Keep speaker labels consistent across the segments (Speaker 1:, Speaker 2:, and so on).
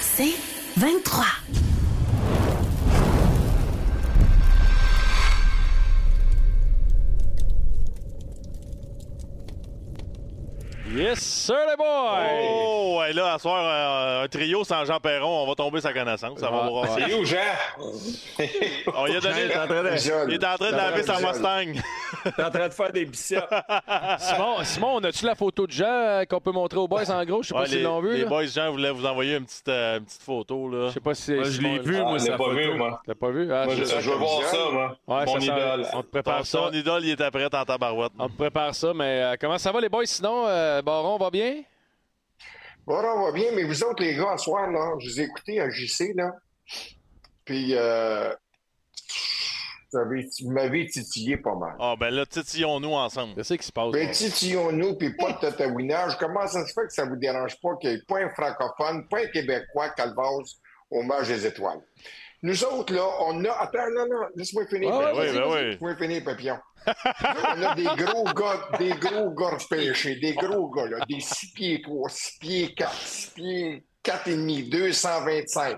Speaker 1: C'est 23.
Speaker 2: Yes, sir, les boys!
Speaker 3: Oh, ouais, là, à ce soir, euh, un trio sans Jean Perron, on va tomber sa connaissance. Ça va
Speaker 2: Ouais.
Speaker 3: vous brasser.
Speaker 4: C'est où, Jean?
Speaker 3: On lui a donné.
Speaker 5: Jean est en train de-
Speaker 3: Il est en train de
Speaker 5: Jean
Speaker 3: laver
Speaker 5: est
Speaker 3: sa
Speaker 5: en train de-
Speaker 3: Mustang.
Speaker 4: T'es en train de faire des biceps.
Speaker 2: Simon, Simon, on a-tu la photo de Jean euh, qu'on peut montrer aux boys en gros? Je sais pas
Speaker 3: Ouais,
Speaker 2: s'ils
Speaker 3: les,
Speaker 2: l'ont vu.
Speaker 3: les
Speaker 2: là.
Speaker 3: boys, Jean voulait vous envoyer une petite, euh, une petite photo. Là.
Speaker 2: Je sais pas si.
Speaker 6: Moi, je
Speaker 2: Simon
Speaker 6: l'ai
Speaker 2: l'a-
Speaker 6: vu,
Speaker 2: Ah,
Speaker 6: moi,
Speaker 4: Je l'ai
Speaker 6: sa
Speaker 4: pas
Speaker 6: photo.
Speaker 4: vu, moi.
Speaker 2: T'as pas vu? Ah,
Speaker 5: Moi,
Speaker 2: c'est-
Speaker 4: Je,
Speaker 5: Ça,
Speaker 4: je veux voir
Speaker 5: visuel.
Speaker 4: ça, moi.
Speaker 2: ouais,
Speaker 4: Mon
Speaker 2: ça sent-
Speaker 4: idole.
Speaker 2: On te prépare
Speaker 3: Ton,
Speaker 2: ça.
Speaker 3: son idole, il est à prête en tabarouette.
Speaker 2: On te prépare ça, mais euh, comment ça va les boys sinon? euh, Baron va bien?
Speaker 5: Bon, on va bien, mais vous autres, les gars, ce soir, là, je vous ai écouté à JC, là. Puis, euh, vous avez- vous m'avez titillé pas mal.
Speaker 3: Ah, ben là, titillons-nous ensemble.
Speaker 2: Qu'est-ce qui se passe?
Speaker 5: Ben, titillons-nous, puis pas de tatouinage. Comment ça se fait que ça vous dérange pas qu'il n'y ait pas un francophone, pas un Québécois, Calvaz, au match des étoiles? Nous autres, là, on a... Attends, non, non, laisse-moi finir.
Speaker 2: Ouais,
Speaker 3: Ben
Speaker 5: Papillon.
Speaker 3: oui, ben oui.
Speaker 5: Laisse-moi finir, Papillon. Là, on a des gros gars, des gros gars repêchés, des gros gars, là, des 6 pieds 3, 6 pieds 4, 6 pieds 4 et demi, 225.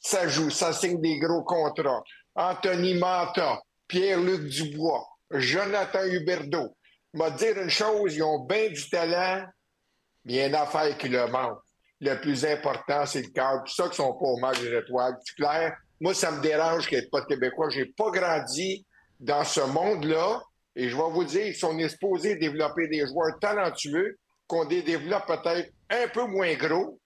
Speaker 5: Ça joue, ça signe des gros contrats. Anthony Manta, Pierre-Luc Dubois, Jonathan Huberdeau, m'a dire une chose, ils ont bien du talent, mais il y a une affaire qui le manque. Le plus important, c'est le cœur. C'est ça qu'ils sont pas au match des étoiles. C'est clair? Moi, ça me dérange qu'il n'y ait pas de Québécois. J'ai pas grandi dans ce monde-là. Et je vais vous dire, si on est supposé développer des joueurs talentueux, qu'on les développe peut-être un peu moins gros,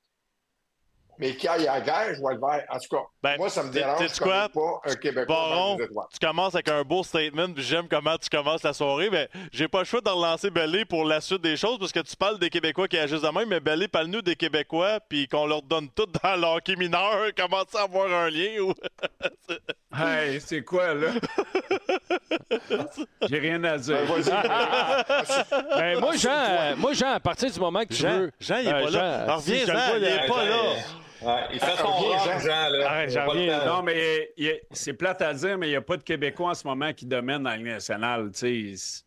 Speaker 5: mais qui aillent à la guerre, je vois le vert. En tout cas,
Speaker 3: Ben,
Speaker 5: moi, ça me
Speaker 3: t'sais-
Speaker 5: dérange
Speaker 3: t'sais-tu
Speaker 5: qu'on
Speaker 3: quoi?
Speaker 5: n'ait pas un Québécois
Speaker 3: Baron,
Speaker 5: au match des étoiles.
Speaker 3: tu commences avec un beau statement, puis j'aime comment tu commences la soirée, mais j'ai pas le choix de relancer Bellé pour la suite des choses, parce que tu parles des Québécois qui agissent de même, mais Bellé, parle-nous des Québécois, puis qu'on leur donne tout dans l'hockey mineur, commence à avoir un lien. Ou...
Speaker 6: Hey, c'est quoi, là? J'ai rien à dire. Ah,
Speaker 5: Ben, vas-y,
Speaker 2: Ben, moi, Jean, euh, moi, Jean, à partir du moment que tu
Speaker 3: Jean,
Speaker 2: veux.
Speaker 3: Jean, il est
Speaker 2: Euh,
Speaker 3: pas là.
Speaker 2: Jean,
Speaker 3: Alors,
Speaker 2: si
Speaker 3: reviens,
Speaker 2: je le
Speaker 3: Jean,
Speaker 2: vois,
Speaker 3: il est
Speaker 2: là,
Speaker 3: pas
Speaker 4: Jean,
Speaker 3: là.
Speaker 4: Ouais, il fait son
Speaker 5: Reviens,
Speaker 4: rôle,
Speaker 5: Jean.
Speaker 4: Ah, Jean, Ah, là.
Speaker 2: Arrête,
Speaker 4: Il a
Speaker 2: Jean,
Speaker 4: pas le
Speaker 2: reviens.
Speaker 4: temps.
Speaker 6: Non, mais il y a- c'est plate à dire, mais il n'y a pas de Québécois en ce moment qui dominent dans le national. tu sais.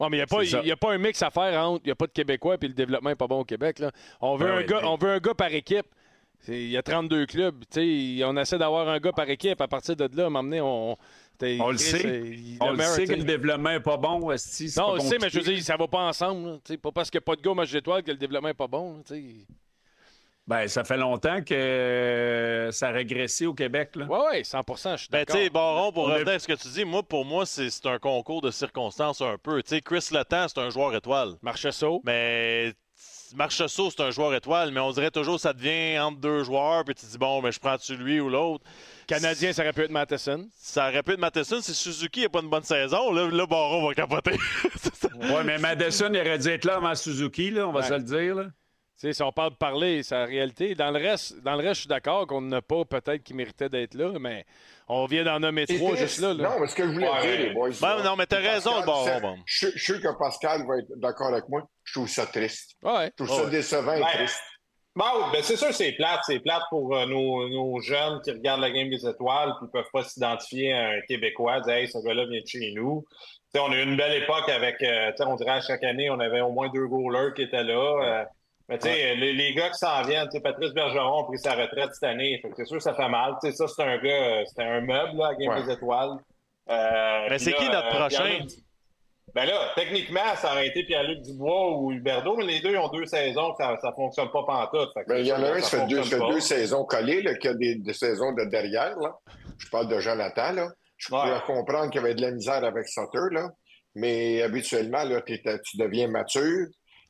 Speaker 2: Ouais, mais il n'y a, pas-
Speaker 6: C'est ça.
Speaker 2: il y a pas un mix à faire entre il n'y a pas de Québécois et le développement n'est pas bon au Québec. Là. On, veut
Speaker 6: Ben
Speaker 2: un
Speaker 6: oui,
Speaker 2: gars,
Speaker 6: ben-
Speaker 2: on veut un gars par équipe. C'est- Il y a 32 clubs. tu sais, On essaie d'avoir un gars par équipe. À partir de là, m'emmener, on. t'es-
Speaker 6: On le
Speaker 2: Chris,
Speaker 6: sait.
Speaker 2: euh, il-
Speaker 6: On le
Speaker 2: meilleur,
Speaker 6: sait
Speaker 2: tu
Speaker 6: que
Speaker 2: sais.
Speaker 6: le développement n'est pas bon, Esti. c'est
Speaker 2: Non, on
Speaker 6: pas
Speaker 2: le sait, mais je veux
Speaker 6: compliqué.
Speaker 2: dire, ça va pas ensemble. là. Tu sais, Pas parce qu'il n'y a pas de gars au match d'étoiles que le développement n'est pas bon. là, tu sais.
Speaker 6: Ben, ça fait longtemps que euh, ça a régressé au Québec, là.
Speaker 2: Ouais, ouais, 100 je suis
Speaker 3: Ben, tu
Speaker 2: d'accord.
Speaker 3: sais, Baron, pour
Speaker 6: On est-
Speaker 3: revenir à ce que tu dis, moi, pour moi, c'est c'est un concours de circonstances un peu. Tu sais, Chris Letang, c'est un joueur étoile.
Speaker 2: Marcheseau.
Speaker 3: Mais Marcheseau, c'est un joueur étoile, mais on dirait toujours ça devient entre deux joueurs, puis tu dis, bon, mais je prends-tu lui ou l'autre?
Speaker 2: Canadien, ça aurait pu être Matheson.
Speaker 3: Ça répète Matheson, si Suzuki n'a pas une bonne saison, là, là Baron va capoter.
Speaker 6: Ouais, mais Madison, il aurait dû être là avant Suzuki, là, on va
Speaker 2: Ouais.
Speaker 6: se le dire, là.
Speaker 2: Tu sais, si on parle de parler, c'est la réalité. Dans le reste, dans le reste je suis d'accord qu'on n'a pas peut-être qui méritait d'être là, mais on vient d'en nommer
Speaker 5: C'est
Speaker 2: trois
Speaker 5: triste.
Speaker 2: juste là. là.
Speaker 5: Non, mais ce que je voulais
Speaker 4: Ouais.
Speaker 5: dire, les boys.
Speaker 3: Ben,
Speaker 5: là,
Speaker 3: non, mais t'as
Speaker 5: Pascal,
Speaker 3: raison, le
Speaker 5: c'est-
Speaker 3: Baron. Bon.
Speaker 5: Je, je suis sûr que Pascal va être d'accord avec moi. Je trouve ça triste.
Speaker 2: Ouais.
Speaker 5: Je trouve ça
Speaker 3: Ouais. Ben,
Speaker 5: décevant et
Speaker 4: Ouais.
Speaker 5: triste.
Speaker 4: Bon, ben c'est sûr que c'est plate. C'est plate pour euh, nos, nos jeunes qui regardent la game des étoiles et qui peuvent pas s'identifier à un Québécois, dire Hey, ce gars-là vient de chez nous. Tu sais, on a eu une belle époque avec, euh, tu sais, on dirait à chaque année, on avait au moins deux goalers qui étaient là. euh, mais tu sais, les, les gars qui s'en viennent, tu sais, Patrice Bergeron a pris sa retraite cette année. Fait que c'est sûr que ça fait mal. Tu sais, ça, c'est un gars, euh, c'était un meuble là, à Game
Speaker 5: Ouais.
Speaker 4: des Étoiles. Euh,
Speaker 3: Mais
Speaker 4: puis
Speaker 3: c'est
Speaker 4: là,
Speaker 3: qui notre
Speaker 4: euh,
Speaker 3: prochain?
Speaker 4: Pierre-Luc- Ben là, techniquement, ça aurait été Pierre-Luc Dubois ou Huberdeau, mais les deux ont deux saisons que ça, ça fonctionne pas pantoute. Fait que
Speaker 5: Ben, il y en a un, ça fait deux, ça fait
Speaker 4: fonctionne
Speaker 5: deux
Speaker 4: pas.
Speaker 5: saisons collées, là, qui a des, des saisons de derrière. Là. Je parle de Jonathan. Là. Je
Speaker 4: Ouais.
Speaker 5: peux comprendre qu'il y avait de la misère avec Sutter, là. mais habituellement, là, t'es- t'es- tu deviens mature,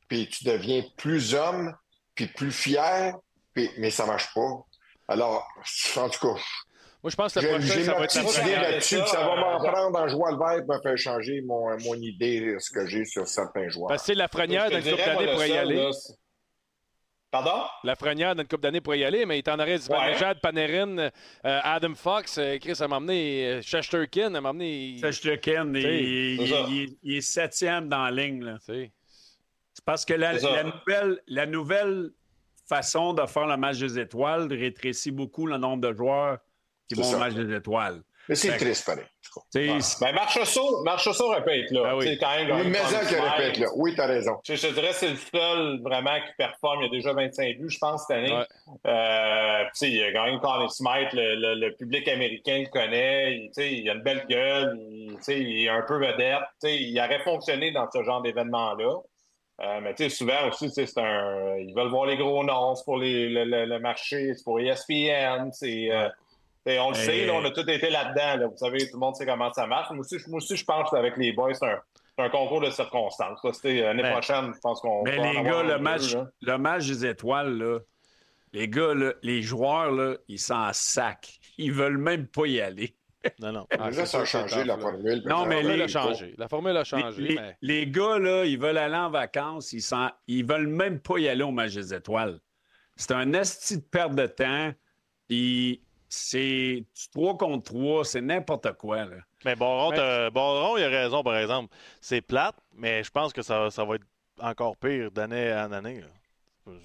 Speaker 5: puis tu deviens plus homme, puis plus fier, puis- mais ça marche pas. Alors, en tout cas,
Speaker 2: Moi, je pense que le
Speaker 5: J'ai
Speaker 2: prochain,
Speaker 5: j'ai
Speaker 2: ça va
Speaker 5: ma
Speaker 2: être
Speaker 5: petite
Speaker 4: après.
Speaker 5: idée
Speaker 2: Safran.
Speaker 4: Regardez
Speaker 5: là-dessus,
Speaker 4: ça,
Speaker 5: puis ça va
Speaker 4: euh,
Speaker 5: m'en prendre en jouant le vert pour me faire changer mon, mon idée, ce que j'ai sur certains joueurs.
Speaker 2: Parce que tu sais, Lafrenière,
Speaker 4: Je
Speaker 2: dans
Speaker 4: te
Speaker 2: une couple
Speaker 4: dirais, moi,
Speaker 2: d'années,
Speaker 4: le
Speaker 2: pourrait y
Speaker 4: seul,
Speaker 2: aller.
Speaker 4: là, c'est- Pardon?
Speaker 2: Lafrenière, dans une couple d'années, pourrait y aller, mais il t'en aurait du
Speaker 4: Ouais.
Speaker 2: Manejad, Panarin, euh, Adam Fox, euh, Chris, à m'emmener, euh, Shesterkin, à m'emmener.
Speaker 6: Ça, je te ken, il,
Speaker 2: T'sais,
Speaker 6: il-
Speaker 4: c'est ça.
Speaker 6: il- il est septième dans la ligne, là.
Speaker 2: Tu sais.
Speaker 6: C'est parce que la,
Speaker 4: C'est ça.
Speaker 6: la nouvelle, la nouvelle façon de faire le match des étoiles rétrécit beaucoup le nombre de joueurs qui
Speaker 5: C'est
Speaker 6: vont
Speaker 5: ça.
Speaker 6: au match des étoiles.
Speaker 5: Mais c'est
Speaker 6: Fait-
Speaker 5: triste, pareil.
Speaker 6: Tu sais,
Speaker 4: Ben, Marchessault, Marchessault aurait pu être là.
Speaker 6: Ah oui.
Speaker 4: C'est quand même
Speaker 5: Oui,
Speaker 4: gagné
Speaker 5: mais ça,
Speaker 4: contre
Speaker 5: qui
Speaker 4: Smile.
Speaker 5: répète, là. Oui, t'as raison.
Speaker 4: Je, je te dirais, c'est le seul vraiment qui performe. Il y a déjà 25 buts, je pense, cette année.
Speaker 2: Ouais.
Speaker 4: Euh, tu sais, il a gagné Conley Smith. Le, le- le public américain le connaît. Il, tu sais, il a une belle gueule. Il, tu sais, il est un peu vedette. Tu sais, il aurait fonctionné dans ce genre d'événement-là. Euh, mais tu sais, souvent aussi, tu sais, c'est un... ils veulent voir les gros noms. C'est pour les- le, le- le marché, c'est pour E ESPN. C'est, euh, tu sais, on le
Speaker 6: Et-
Speaker 4: sait, là, on a tous été là-dedans. là. Vous savez, tout le monde sait comment ça marche. Moi aussi, je- moi aussi, je pense qu'avec les boys, c'est un c'est un concours de circonstances. Ça, c'était l'année
Speaker 6: Mais-
Speaker 4: prochaine, je pense qu'on
Speaker 6: Mais
Speaker 4: va en
Speaker 6: Ben, les
Speaker 4: avoir
Speaker 6: gars,
Speaker 4: un
Speaker 6: le
Speaker 4: peu,
Speaker 6: match,
Speaker 4: là.
Speaker 6: le match des étoiles, là, les gars, là, les joueurs, là, ils s'en sacent. Ils veulent même pas y aller.
Speaker 3: Non, non.
Speaker 2: Ah,
Speaker 5: Déjà,
Speaker 2: c'est
Speaker 5: ça a
Speaker 2: sûr,
Speaker 5: changé
Speaker 2: c'est
Speaker 5: la
Speaker 2: tough, là.
Speaker 5: formule.
Speaker 6: Non, mais
Speaker 2: La formule
Speaker 6: les-
Speaker 2: a changé. La formule a changé,
Speaker 6: les, les-
Speaker 2: mais
Speaker 6: les gars, là, ils veulent aller en vacances, ils, s'en- ils veulent même pas y aller au match des étoiles. C'est un esti de perte de temps. Puis c'est du 3 contre 3, c'est n'importe quoi. Là.
Speaker 3: Mais Baron,
Speaker 2: Mais-
Speaker 3: t'as- Baron, il a raison, par exemple. C'est plate, mais je pense que ça, ça va être encore pire d'année en année. là.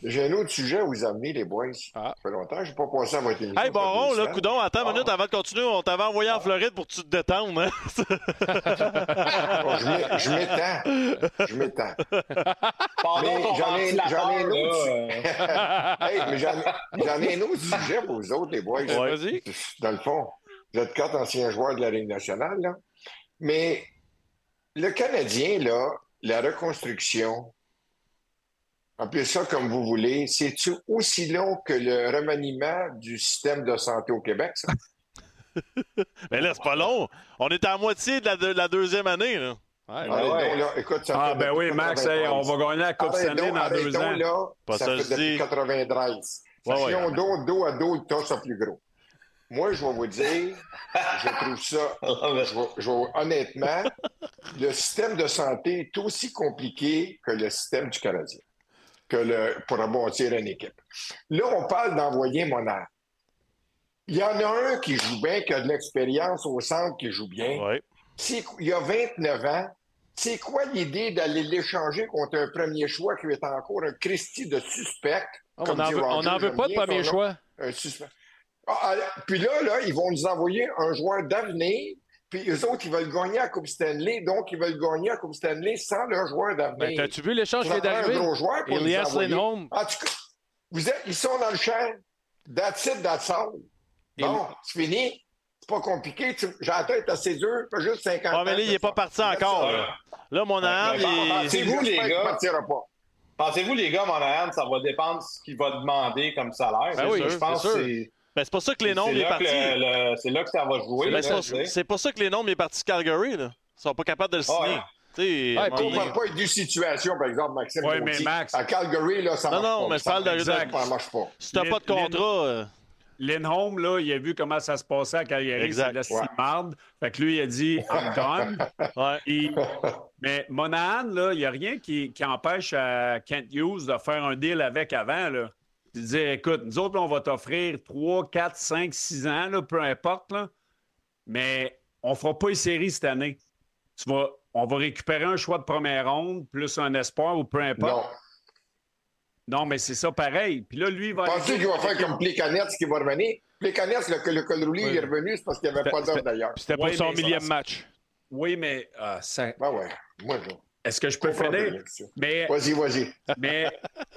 Speaker 5: J'ai un autre sujet à vous amener, les boys.
Speaker 2: Ah.
Speaker 5: Ça fait longtemps que je n'ai pas passé à votre émission.
Speaker 3: Hey, Baron,
Speaker 6: oh,
Speaker 5: Ça fait
Speaker 3: là,
Speaker 5: deux
Speaker 3: coudon, attends une
Speaker 5: Ah.
Speaker 3: minute avant de continuer. On t'avait envoyé en Floride pour que tu te détendre. hein.
Speaker 5: semaines. Bon, je m'é- je m'étends. Je m'étends.
Speaker 4: Pendant
Speaker 5: Mais
Speaker 4: ton
Speaker 5: j'en ai-
Speaker 4: ventilateur,
Speaker 5: j'en ai un autre.
Speaker 4: là, euh,
Speaker 5: Hey, mais j'en j'en ai un autre sujet pour vous autres, les boys.
Speaker 2: vas-y.
Speaker 5: Dans le fond, vous êtes quatre anciens joueurs de la Ligue nationale, là. Mais le Canadien, là, la reconstruction, appelez ça comme vous voulez, c'est-tu aussi long que le remaniement du système de santé au Québec, ça?
Speaker 3: Mais là, c'est pas long. On est à moitié de la, de la deuxième année. Là.
Speaker 2: Ouais,
Speaker 4: Ah
Speaker 5: Arrête
Speaker 4: ouais.
Speaker 5: donc, là. Écoute, ça
Speaker 6: Ah,
Speaker 5: fait
Speaker 6: ben
Speaker 5: depuis
Speaker 6: oui, Max,
Speaker 5: 93.
Speaker 6: hey, on va gagner la Coupe
Speaker 5: Arrête
Speaker 6: Stanley
Speaker 5: donc,
Speaker 6: dans
Speaker 5: arrête
Speaker 6: deux
Speaker 5: donc,
Speaker 6: ans.
Speaker 5: là.
Speaker 3: Pas
Speaker 5: ça
Speaker 3: ça,
Speaker 5: fait
Speaker 3: je
Speaker 5: depuis
Speaker 3: dis.
Speaker 5: 93.
Speaker 3: Ouais,
Speaker 5: Si
Speaker 3: ouais.
Speaker 5: on donne dos à dos, le tas sera plus gros. Moi, je vais vous dire, je trouve ça, je vais- je vais- honnêtement, le système de santé est aussi compliqué que le système du Canadien, que le, pour rebondir une équipe. Là, on parle d'envoyer mon art. Il y en a un qui joue bien, qui a de l'expérience au centre, qui joue bien.
Speaker 3: Ouais.
Speaker 5: C'est qu- il y a 29 ans, c'est quoi l'idée d'aller l'échanger contre un premier choix qui est encore un Christie de suspect?
Speaker 2: On
Speaker 5: comme
Speaker 2: n'en
Speaker 5: dit
Speaker 2: veut, on
Speaker 5: Roger,
Speaker 2: en veut
Speaker 5: j'aime
Speaker 2: pas de
Speaker 5: bien
Speaker 2: premier
Speaker 5: son nom,
Speaker 2: choix.
Speaker 5: un suspect. Ah, ah, puis là, là, ils vont nous envoyer un joueur d'avenir, puis eux autres, ils veulent gagner à Coupe Stanley, donc ils veulent gagner à Coupe Stanley sans leur joueur
Speaker 2: Ben,
Speaker 5: d'avenir.
Speaker 2: T'as-tu vu l'échange
Speaker 5: Ça
Speaker 2: qui est
Speaker 5: prend un
Speaker 2: arrivé?
Speaker 5: gros joueur pour nous
Speaker 2: Elias
Speaker 5: envoyer.
Speaker 2: Lindholm.
Speaker 5: En tout cas, vous êtes- ils sont dans le champ. That's it, that's all. Bon, c'est fini. C'est pas compliqué. Tu- J'ai la tête assez dure. Pas juste 50
Speaker 3: Ah, mais là, il est pas parti encore. Là, Là, mon âme,
Speaker 4: mais bon,
Speaker 3: il-
Speaker 4: C'est vous, les gars.
Speaker 5: ne partira Ah, pas.
Speaker 4: Pensez-vous, les gars, Monahan, ça va dépendre de ce qu'il va demander comme salaire.
Speaker 2: Ben oui,
Speaker 4: je pense
Speaker 2: c'est sûr.
Speaker 4: que c'est-
Speaker 3: Ben, c'est pas ça que
Speaker 4: c'est
Speaker 3: les noms il est
Speaker 4: là que
Speaker 3: parti.
Speaker 4: le- le- c'est là que ça va jouer.
Speaker 3: Ben,
Speaker 4: là,
Speaker 3: c'est pas-
Speaker 4: tu sais.
Speaker 3: c'est pas ça que les noms il est parti de Calgary. Là. Ils sont pas capables de le
Speaker 4: Ah,
Speaker 3: signer.
Speaker 4: ouais.
Speaker 3: Tu sais, à
Speaker 2: Ouais,
Speaker 3: un moment
Speaker 5: On ne
Speaker 2: puis-
Speaker 3: donné-
Speaker 5: parle pas d'une situation, par exemple, Maxime.
Speaker 6: Ouais,
Speaker 5: Gauthier.
Speaker 6: mais Max-
Speaker 5: À Calgary, là, ça
Speaker 3: Non,
Speaker 5: marche
Speaker 3: non,
Speaker 5: pas.
Speaker 3: mais je parle de-
Speaker 5: Exact,
Speaker 3: de-
Speaker 5: Ça marche pas.
Speaker 3: Si t'as
Speaker 6: Les-
Speaker 3: pas de
Speaker 6: les-
Speaker 3: contrat, euh,
Speaker 6: Lindholm, là, il a vu comment ça se passait à Calgary,
Speaker 3: Exact.
Speaker 6: c'est de la
Speaker 5: Ouais.
Speaker 6: cimarde. Fait que lui, il a dit « I'm gone
Speaker 3: ouais. ».
Speaker 6: Puis- Mais Monahan, là, il n'y a rien qui, qui empêche à Kent Hughes de faire un deal avec avant. Là. De dire, écoute, nous autres, là, on va t'offrir 3, 4, 5, 6 ans, là, peu importe, là, mais on ne fera pas les séries cette année. Tu vas, on va récupérer un choix de première ronde, plus un espoir ou peu
Speaker 5: Non.
Speaker 6: importe. Non, mais c'est ça pareil. Puis là, lui, il va...
Speaker 5: Pensez qu'il va faire comme Plekanec qui va revenir. Plekanec, le, le Colrouli,
Speaker 2: Oui.
Speaker 5: il est revenu, c'est parce qu'il n'y avait pas
Speaker 2: C'était-
Speaker 5: d'heure d'ailleurs.
Speaker 2: Puis C'était pour
Speaker 6: Ouais,
Speaker 2: son
Speaker 6: mais-
Speaker 2: millième match.
Speaker 6: Oui, mais ah, ça-
Speaker 5: Ben ouais, moi, je
Speaker 6: est-ce que je peux
Speaker 5: comprends
Speaker 6: finir?
Speaker 5: bien ça.
Speaker 6: Mais
Speaker 5: Vas-y,
Speaker 4: Ben,
Speaker 5: vas-y.
Speaker 6: Mais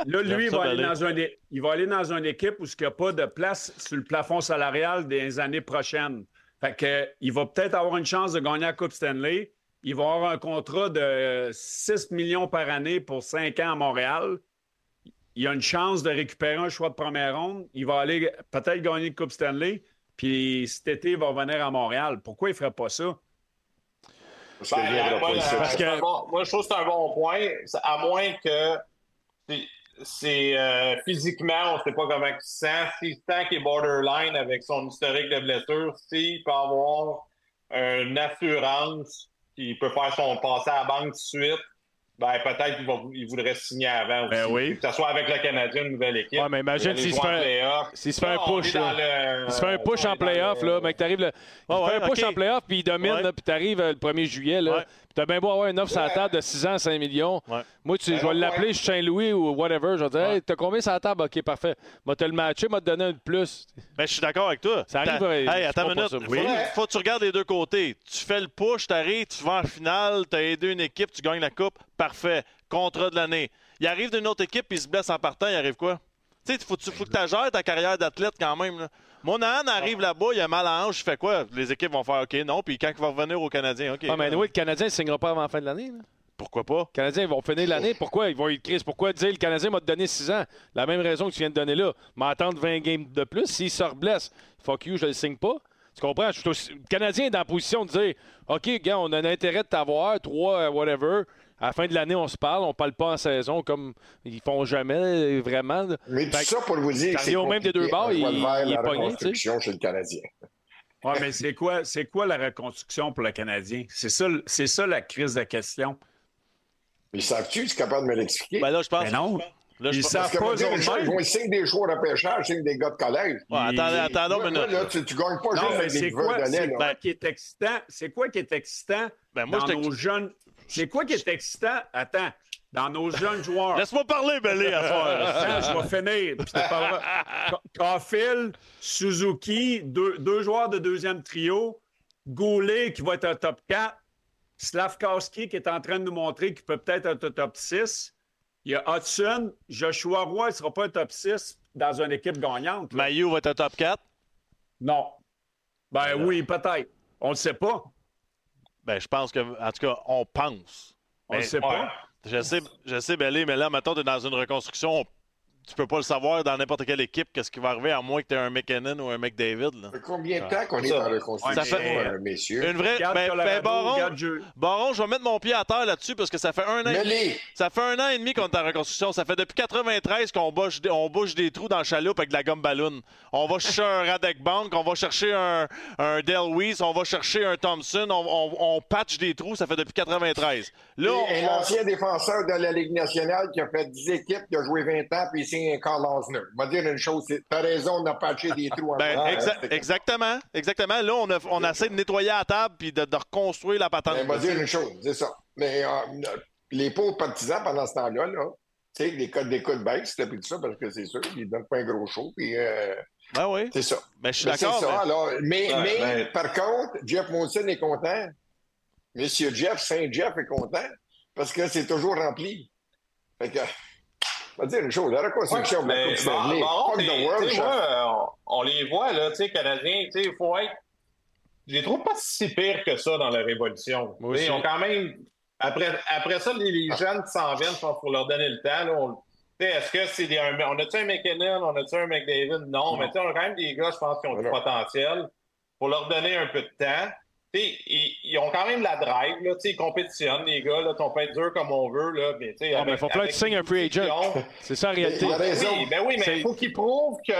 Speaker 6: là, lui,
Speaker 3: J'aime
Speaker 6: il
Speaker 3: ça,
Speaker 6: va, aller
Speaker 3: Ballet.
Speaker 6: dans un é- il va aller dans une équipe où il n'y a pas de place sur le plafond salarial des années prochaines. Fait que, euh, il va peut-être avoir une chance de gagner la Coupe Stanley. Il va avoir un contrat de euh, 6 millions par année pour 5 ans à Montréal. Il a une chance de récupérer un choix de première ronde. Il va aller peut-être gagner la Coupe Stanley. Puis cet été, il va revenir à Montréal. Pourquoi il ne ferait pas ça?
Speaker 5: Parce
Speaker 4: Ben,
Speaker 5: que je viendrai
Speaker 4: moi,
Speaker 5: pas ici.
Speaker 4: euh,
Speaker 2: Parce
Speaker 4: c'est
Speaker 2: que-
Speaker 4: un bon- moi, je trouve que c'est un bon point, C'est- à moins que c'est- c'est euh, physiquement, on ne sait pas comment il se sent. S'il se sent qu'il est borderline avec son historique de blessure, s'il peut avoir une assurance qu'il peut faire son passé à la banque tout de suite, ben, peut-être qu'il va- il voudrait signer avant aussi.
Speaker 6: Ben oui.
Speaker 4: Que ce soit avec le Canadien, une nouvelle équipe.
Speaker 2: Ouais, mais imagine
Speaker 4: Aller
Speaker 2: s'il se
Speaker 4: jouer en
Speaker 2: fait-
Speaker 4: playoff.
Speaker 2: s'il se fait un
Speaker 4: Là, on
Speaker 2: push,
Speaker 4: est dans le-
Speaker 2: Il se fait un push
Speaker 4: on est
Speaker 2: en
Speaker 4: dans
Speaker 2: playoff,
Speaker 4: le-
Speaker 2: là, mec. T'arrives le... Il
Speaker 3: Ah
Speaker 2: se fait
Speaker 3: ouais,
Speaker 2: un push
Speaker 3: ok.
Speaker 2: en playoff, puis il domine,
Speaker 3: Ouais.
Speaker 2: là, puis t'arrives euh, le 1er juillet, là,
Speaker 3: Ouais.
Speaker 2: puis T'as bien beau avoir une offre sur la table de 6 ans, 5 millions.
Speaker 3: Ouais.
Speaker 2: Moi, tu, je vais
Speaker 5: Ouais.
Speaker 2: l'appeler je suis Saint-Louis ou whatever. Je vais dire, hey, t'as combien sur la table? OK, parfait. Moi, te le matché, m'a donné un de plus.
Speaker 3: Mais Ben, je suis d'accord avec toi.
Speaker 2: Ça arrive,
Speaker 3: T'as-
Speaker 2: euh,
Speaker 3: Hey,
Speaker 2: je
Speaker 3: attends
Speaker 2: crois pas
Speaker 3: une minute.
Speaker 2: ça, moi.
Speaker 3: Faut-
Speaker 5: Ouais.
Speaker 3: Faut que tu regardes les deux côtés. Tu fais le push, t'arrives, tu vas en finale, t'as aidé une équipe, tu gagnes la coupe. Parfait. Contrat de l'année. Il arrive d'une autre équipe, il se blesse en partant, il arrive quoi? Tu sais, faut, que tu- faut que tu gères ta carrière d'athlète quand même. Là. Monahan arrive
Speaker 2: Ah.
Speaker 3: là-bas, il a mal à la hanche, il fait quoi? Les équipes vont faire OK, non, puis quand il va revenir aux Canadiens, OK.
Speaker 2: Ah, mais anyway, le Canadien ne signera pas avant la fin de l'année. là.
Speaker 3: Pourquoi pas?
Speaker 2: Le Canadien, ils vont finir l'année. Pourquoi? Ils vont une crise. Pourquoi dire le Canadien m'a donné 6 ans? La même raison que tu viens de donner là. M'attendre 20 games de plus. S'il se reblesse, fuck you, je le signe pas. Tu comprends? Je suis aussi- Le Canadien est dans la position de dire OK, gars, on a un intérêt de t'avoir, trois, euh, whatever. À la fin de l'année, on se parle, on parle pas en saison comme ils font jamais euh, vraiment. là.
Speaker 5: Mais tout
Speaker 2: Fait que
Speaker 5: ça pour vous dire
Speaker 2: ça
Speaker 5: que c'est
Speaker 2: revient au même des
Speaker 5: compliqué.
Speaker 2: deux bords,
Speaker 5: On voit
Speaker 2: il-
Speaker 5: le vert,
Speaker 2: il est
Speaker 5: la
Speaker 2: pogné,
Speaker 5: reconstruction chez le Canadien.
Speaker 6: Ouais, mais c'est quoi, c'est quoi la reconstruction pour le Canadien? C'est ça, le- c'est ça la crise de question.
Speaker 5: Mais savent-tu, tu es capable de me l'expliquer?
Speaker 3: Ben là, je pense.
Speaker 6: Mais non,
Speaker 3: Là, je
Speaker 6: ils
Speaker 3: pense-
Speaker 6: savent
Speaker 5: Parce que
Speaker 6: pas
Speaker 5: moi, dire,
Speaker 6: eux-mêmes.
Speaker 5: ils vont signer des joueurs de pêchage, ils signent des gars de collège.
Speaker 3: Ouais, attendez,
Speaker 6: Ils-
Speaker 3: attendez
Speaker 5: Là,
Speaker 3: une minute.
Speaker 5: là, tu, tu gagnes pas
Speaker 6: Non,
Speaker 5: juste
Speaker 6: mais
Speaker 5: avec des
Speaker 6: c'est
Speaker 5: vœux
Speaker 6: quoi, c'est ben,
Speaker 5: d'année.
Speaker 6: quoi qui est excitant? C'est quoi qui est excitant
Speaker 3: Ben, moi,
Speaker 6: dans
Speaker 3: je t'ex-
Speaker 6: nos jeunes. C'est quoi qui est excitant? Attends, dans nos jeunes joueurs.
Speaker 3: Laisse-moi parler, Belé, à soir.
Speaker 6: Attends, je vais finir. puis je te parlerai. Ca- Caulfield, Suzuki, deux, deux joueurs de deuxième trio, Goulet qui va être un top 4, Slavkowski qui est en train de nous montrer qu'il peut peut-être être un top 6. Il y a Hudson, Joshua Roy, il ne sera pas un top 6 dans une équipe gagnante. là.
Speaker 3: Mayu va être un top 4.
Speaker 6: Non. Ben
Speaker 3: Euh,
Speaker 6: oui, peut-être. On ne sait pas.
Speaker 3: Ben, je pense que, en tout cas, on pense.
Speaker 6: On ne
Speaker 3: Ben,
Speaker 6: sait
Speaker 4: Ouais.
Speaker 6: pas.
Speaker 3: Je sais, je sais, Belé, mais là, maintenant, tu es dans une reconstruction. Tu peux pas le savoir dans n'importe quelle équipe qu'est-ce qui va arriver, à moins que tu aies un McKinnon ou un McDavid. Là.
Speaker 5: Ça fait combien de temps qu'on est
Speaker 4: Ça-
Speaker 5: dans la reconstruction,
Speaker 3: ça fait-
Speaker 5: euh, messieurs?
Speaker 3: Une vraie.
Speaker 6: Regarde
Speaker 3: Ben,
Speaker 6: Colorado,
Speaker 3: ben, Baron,
Speaker 6: regarde Jeu-
Speaker 3: Baron, je vais mettre mon pied à terre là-dessus parce que ça fait un an. et-
Speaker 5: Mêlée,
Speaker 3: Ça fait un an et demi qu'on est en reconstruction. Ça fait depuis 93 qu'on bouche, des- on bouche des trous dans le chaloupe avec de la gomme ballon. On va chercher un Radek Bank, on va chercher un, un Delwys, on va chercher un Thompson, on, on- on patch des trous. Ça fait depuis 93. Là, on-
Speaker 5: un ancien défenseur de la Ligue nationale qui a fait 10 équipes, qui a joué 20 ans, puis il signe un Carl Osner. Je vais dire une chose, c'est- t'as raison, on a patché des trous en
Speaker 3: Ben,
Speaker 5: arrière,
Speaker 3: exa-
Speaker 5: hein, c'est-
Speaker 3: exactement, exactement. Là, on, a, on essaie de nettoyer la table puis de, de reconstruire la patente.
Speaker 5: Ben, on va dire une chose, c'est ça. Mais euh, les pauvres partisans, pendant ce temps-là, là, tu sais, des codes des coups de baisse, là, puis tout ça, parce que c'est sûr, ils donnent pas un gros show, puis euh,
Speaker 3: Ah oui,
Speaker 5: c'est ça.
Speaker 3: mais je suis
Speaker 5: Mais Ben, C'est
Speaker 3: d'accord.
Speaker 5: ça,
Speaker 3: mais-
Speaker 5: alors. Mais,
Speaker 4: Ouais,
Speaker 5: mais
Speaker 4: ben-
Speaker 5: par contre, Jeff Monson est content. Monsieur Jeff, Saint-Jeff est content, parce que c'est toujours rempli. Fait que, on va dire une chose, la reconstruction de la
Speaker 4: Mais bah,
Speaker 5: Coupe
Speaker 4: bon,
Speaker 5: Stanley,
Speaker 4: bon,
Speaker 5: fuck
Speaker 4: mais,
Speaker 5: the world,
Speaker 4: tu sais,
Speaker 5: Jeff.
Speaker 4: moi, euh, on, on les voit, là, tu sais, Canadiens, tu sais, il faut être. Je les trouve pas si pires que ça dans la révolution.
Speaker 2: Moi
Speaker 4: Tu sais, Ils
Speaker 2: aussi.
Speaker 4: ont quand même. Après, après ça, les,
Speaker 5: Ah.
Speaker 4: les jeunes qui s'en viennent, je pense qu'il faut leur donner le temps. là, on- tu sais, Est-ce que c'est des. un- on a-tu un McKinnon, on a-tu un McDavid? Non, mais tu sais, on a quand même des gars, je pense, qui ont du
Speaker 5: Voilà.
Speaker 4: potentiel. Faut leur donner un peu de temps. Tu sais, ils, ils ont quand même la drive, là, tu sais, ils compétitionnent, les gars, là, on peut être dur comme on veut, là, mais tu sais,
Speaker 2: Ah, mais
Speaker 4: avec-
Speaker 2: faut falloir que tu
Speaker 4: avec
Speaker 2: signes un free
Speaker 4: les
Speaker 2: agent.
Speaker 4: outils qu'ils ont,
Speaker 2: C'est ça en réalité.
Speaker 5: Il a raison.
Speaker 4: oui, ben oui, mais
Speaker 2: C'est-
Speaker 4: il faut qu'ils prouvent que.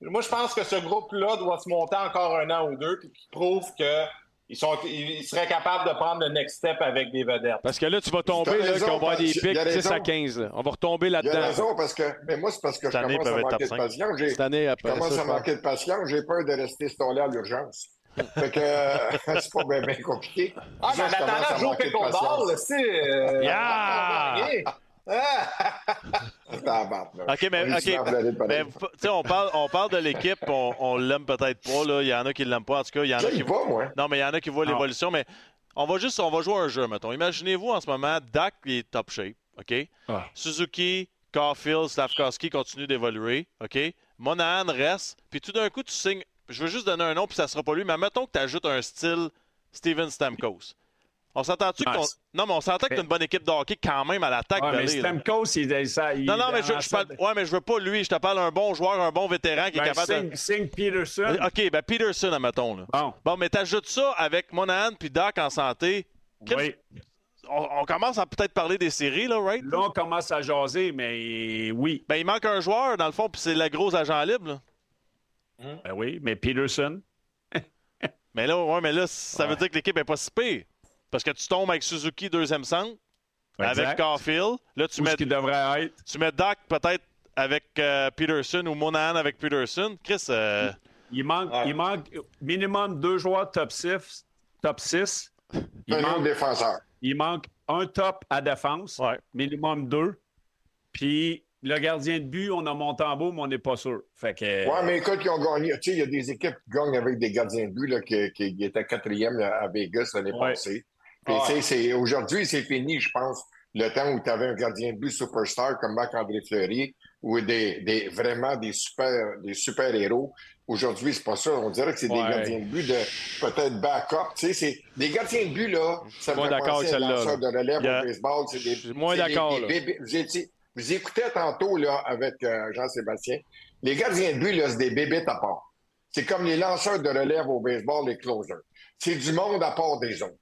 Speaker 4: Moi, je pense que ce groupe-là doit se monter encore un an ou deux, puis qu'ils prouvent qu'ils sont... ils seraient capables de prendre le next step avec des vedettes.
Speaker 2: Parce que là, tu vas tomber,
Speaker 5: T'as
Speaker 2: là,
Speaker 5: raison,
Speaker 2: qu'on va avoir des
Speaker 5: Pat,
Speaker 2: pics
Speaker 5: y a
Speaker 2: 10 à
Speaker 5: raison.
Speaker 2: 15. là. On va retomber
Speaker 5: Il a
Speaker 2: là-dedans.
Speaker 5: raison, parce que, mais moi, c'est parce que je
Speaker 3: Cette année,
Speaker 5: commence
Speaker 3: ils
Speaker 5: à
Speaker 3: peuvent être
Speaker 5: manquer de
Speaker 3: top
Speaker 5: patience. J'ai-
Speaker 2: Cette année,
Speaker 5: Ben, Je
Speaker 2: après ça,
Speaker 5: commence
Speaker 2: je
Speaker 5: à
Speaker 2: pense.
Speaker 5: manquer de patience. J'ai peur de rester stallé à l'urgence. Fait que euh, c'est pas bien compliqué.
Speaker 4: Ah,
Speaker 5: Ça,
Speaker 4: mais en
Speaker 5: je commence à
Speaker 4: attendant, joue
Speaker 5: manquer de
Speaker 4: qu'on dort,
Speaker 5: patience.
Speaker 4: là, c'est. euh,
Speaker 3: Yeah!
Speaker 4: on va gagner. Ah!
Speaker 5: C'est à battre, là.
Speaker 3: OK, mais,
Speaker 5: On est
Speaker 3: ok,
Speaker 5: souvent blâmé par
Speaker 3: mais
Speaker 5: les-
Speaker 3: tu sais, on, parle, on parle de l'équipe, on, on l'aime peut-être pas. Là. Il y en a qui l'aiment pas. En tout cas, il y en a
Speaker 5: Ça,
Speaker 3: qui
Speaker 5: il va, moi.
Speaker 3: Non, mais il y en a qui voient
Speaker 6: Non.
Speaker 3: l'évolution, mais on va juste on va jouer à un jeu, mettons. Imaginez-vous en ce moment, Dak il est top shape, OK?
Speaker 2: Ah.
Speaker 3: Suzuki, Caulfield, Slavkowski continuent d'évoluer, OK? Monahan reste, puis tout d'un coup, tu signes. Je veux juste donner un nom, puis ça sera pas lui, mais mettons que tu ajoutes un style Steven Stamkos. On s'entend-tu que
Speaker 6: Ah,
Speaker 3: ton-
Speaker 6: c'est-
Speaker 3: Non, mais on s'entend que t'as une bonne équipe de hockey quand même à l'attaque,
Speaker 6: Ouais, mais
Speaker 3: Belé, là.
Speaker 6: Stamkos, il, ça, il-
Speaker 3: Non, non, mais je,
Speaker 6: dans
Speaker 3: je parle- ouais, mais je veux pas lui. Je te parle un bon joueur, un bon vétéran qui
Speaker 6: Ben,
Speaker 3: est capable de. ah.
Speaker 6: signe- signe Peterson.
Speaker 3: OK, ben Peterson, admettons, là.
Speaker 6: Bon,
Speaker 3: Bon, mais t'ajoutes ça avec Monahan puis Dak en santé. Quel-
Speaker 6: oui.
Speaker 3: On, on commence à peut-être parler des séries, là, right?
Speaker 6: Là, on commence à jaser, mais oui.
Speaker 3: Ben, il manque un joueur, dans le fond, puis c'est le gros agent libre. là.
Speaker 6: Ben oui, mais Peterson.
Speaker 3: Mais là, ouais, mais là, ça veut dire que l'équipe est pas si pire. Parce que tu tombes avec Suzuki, deuxième centre, avec
Speaker 6: Exact.
Speaker 3: Caulfield. Là, tu
Speaker 6: Où
Speaker 3: mets,
Speaker 6: ce qu'il devrait être.
Speaker 3: tu mets Dak peut-être avec euh, Peterson ou Monahan avec Peterson. Chris, euh,
Speaker 6: Il manque,
Speaker 4: Ouais.
Speaker 6: il manque minimum deux joueurs top 6. Top 6.
Speaker 5: Un
Speaker 6: Il,
Speaker 5: autre
Speaker 6: manque,
Speaker 5: défenseur.
Speaker 6: Il manque un top à défense,
Speaker 3: Ouais.
Speaker 6: minimum deux. Puis le gardien de but, on a Montembeau, mais on n'est pas sûr. Fait
Speaker 2: euh,
Speaker 6: que.
Speaker 5: Oui, mais écoute, ils ont gagné. Tu sais, il y a des équipes qui gagnent avec des gardiens de but là, qui, qui- qui étaient quatrième là, à Vegas l'année
Speaker 6: Ouais.
Speaker 5: passée. Puis,
Speaker 2: Ah
Speaker 6: Ouais.
Speaker 5: tu sais, c'est- aujourd'hui, c'est fini, je pense, le temps où tu avais un gardien de but superstar comme Marc-André Fleury ou des, des- vraiment des super des super héros. Aujourd'hui, c'est pas ça. On dirait que c'est
Speaker 2: Ouais.
Speaker 5: des gardiens de but de peut-être backup. Tu sais, c'est des gardiens de but là. Ça me
Speaker 2: Pas
Speaker 5: fait
Speaker 2: d'accord
Speaker 5: penser
Speaker 2: avec
Speaker 5: à un
Speaker 2: celle-là,
Speaker 5: lanceur de relève
Speaker 3: Yeah.
Speaker 5: au baseball. C'est
Speaker 2: Je
Speaker 5: des,
Speaker 2: suis moins
Speaker 5: c'est des-
Speaker 2: d'accord,
Speaker 5: des
Speaker 2: là.
Speaker 5: bébés. Vous étiez- vous écoutez tantôt là, avec euh, Jean-Sébastien. Les gardiens de but, là, c'est des bébés à part. C'est comme les lanceurs de relève au baseball, les closers. C'est du monde à part des autres.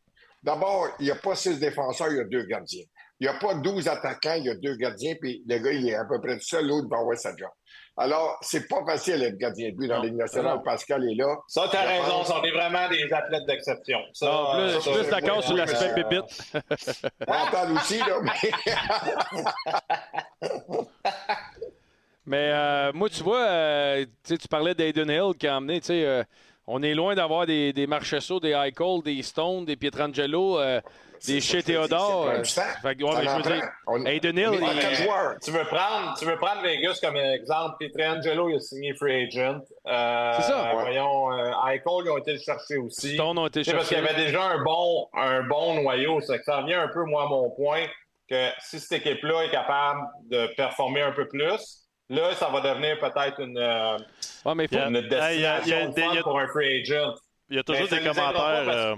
Speaker 5: D'abord, il n'y a pas six défenseurs, il y a deux gardiens. Il n'y a pas 12 attaquants, il y a deux gardiens, puis le gars, il est à peu près tout seul, l'autre va avoir sa job. Alors, c'est pas facile d'être gardien de but dans
Speaker 2: Non.
Speaker 5: les nationale.
Speaker 2: Non.
Speaker 5: Pascal est là.
Speaker 4: Ça, t'as
Speaker 5: Je
Speaker 4: raison,
Speaker 5: pense-
Speaker 4: sont des- vraiment des athlètes d'exception. Ça,
Speaker 2: Non, Ah, plus-
Speaker 4: euh, ça,
Speaker 2: plus
Speaker 4: c'est
Speaker 2: d'accord
Speaker 4: vrai.
Speaker 2: sur l'aspect
Speaker 4: Euh,
Speaker 2: pépite.
Speaker 5: Mental aussi, là, mais...
Speaker 2: Mais euh, moi, tu vois, euh, tu sais, tu parlais d'Aiden Hill qui a emmené, tu sais, euh, on est loin d'avoir des, des Marchesso, des Eichel, des Stone, des Pietrangelo, euh, des
Speaker 5: C'est ça que je te
Speaker 2: Chez
Speaker 5: dis,
Speaker 2: Théodore.
Speaker 5: c'est
Speaker 2: euh,
Speaker 5: pas
Speaker 2: fait
Speaker 5: un
Speaker 2: que, ouais,
Speaker 5: Ça
Speaker 2: mais je
Speaker 5: en
Speaker 2: veux
Speaker 5: prend.
Speaker 2: dire, euh,
Speaker 5: On-
Speaker 2: Aiden Hill,
Speaker 5: Mais-
Speaker 2: il-
Speaker 5: Quatre
Speaker 4: Mais
Speaker 5: joueurs.
Speaker 4: Tu veux prendre, tu veux prendre Vegas comme exemple. Pietrangelo, il a signé free agent. Euh,
Speaker 2: C'est ça.
Speaker 5: Ouais.
Speaker 4: Voyons, euh, Eichel, ils ont été le chercher aussi.
Speaker 2: Stone ont été
Speaker 4: C'est parce
Speaker 2: cherchés.
Speaker 4: qu'il y avait déjà un bon, un bon noyau. Ça, que ça revient un peu, moi, à mon point, que si cette équipe-là est capable de performer un peu plus, là, ça va devenir peut-être une, euh,
Speaker 2: Ouais, mais il faut-
Speaker 3: Yeah.
Speaker 4: une
Speaker 3: Ah, il y a- il y a-
Speaker 4: destination
Speaker 3: il
Speaker 4: de
Speaker 3: y a-
Speaker 4: fun pour un free agent.
Speaker 3: Il y a toujours
Speaker 4: Ben, ça
Speaker 3: des
Speaker 4: nous aidera
Speaker 3: commentaires.
Speaker 4: pas parce-
Speaker 3: euh,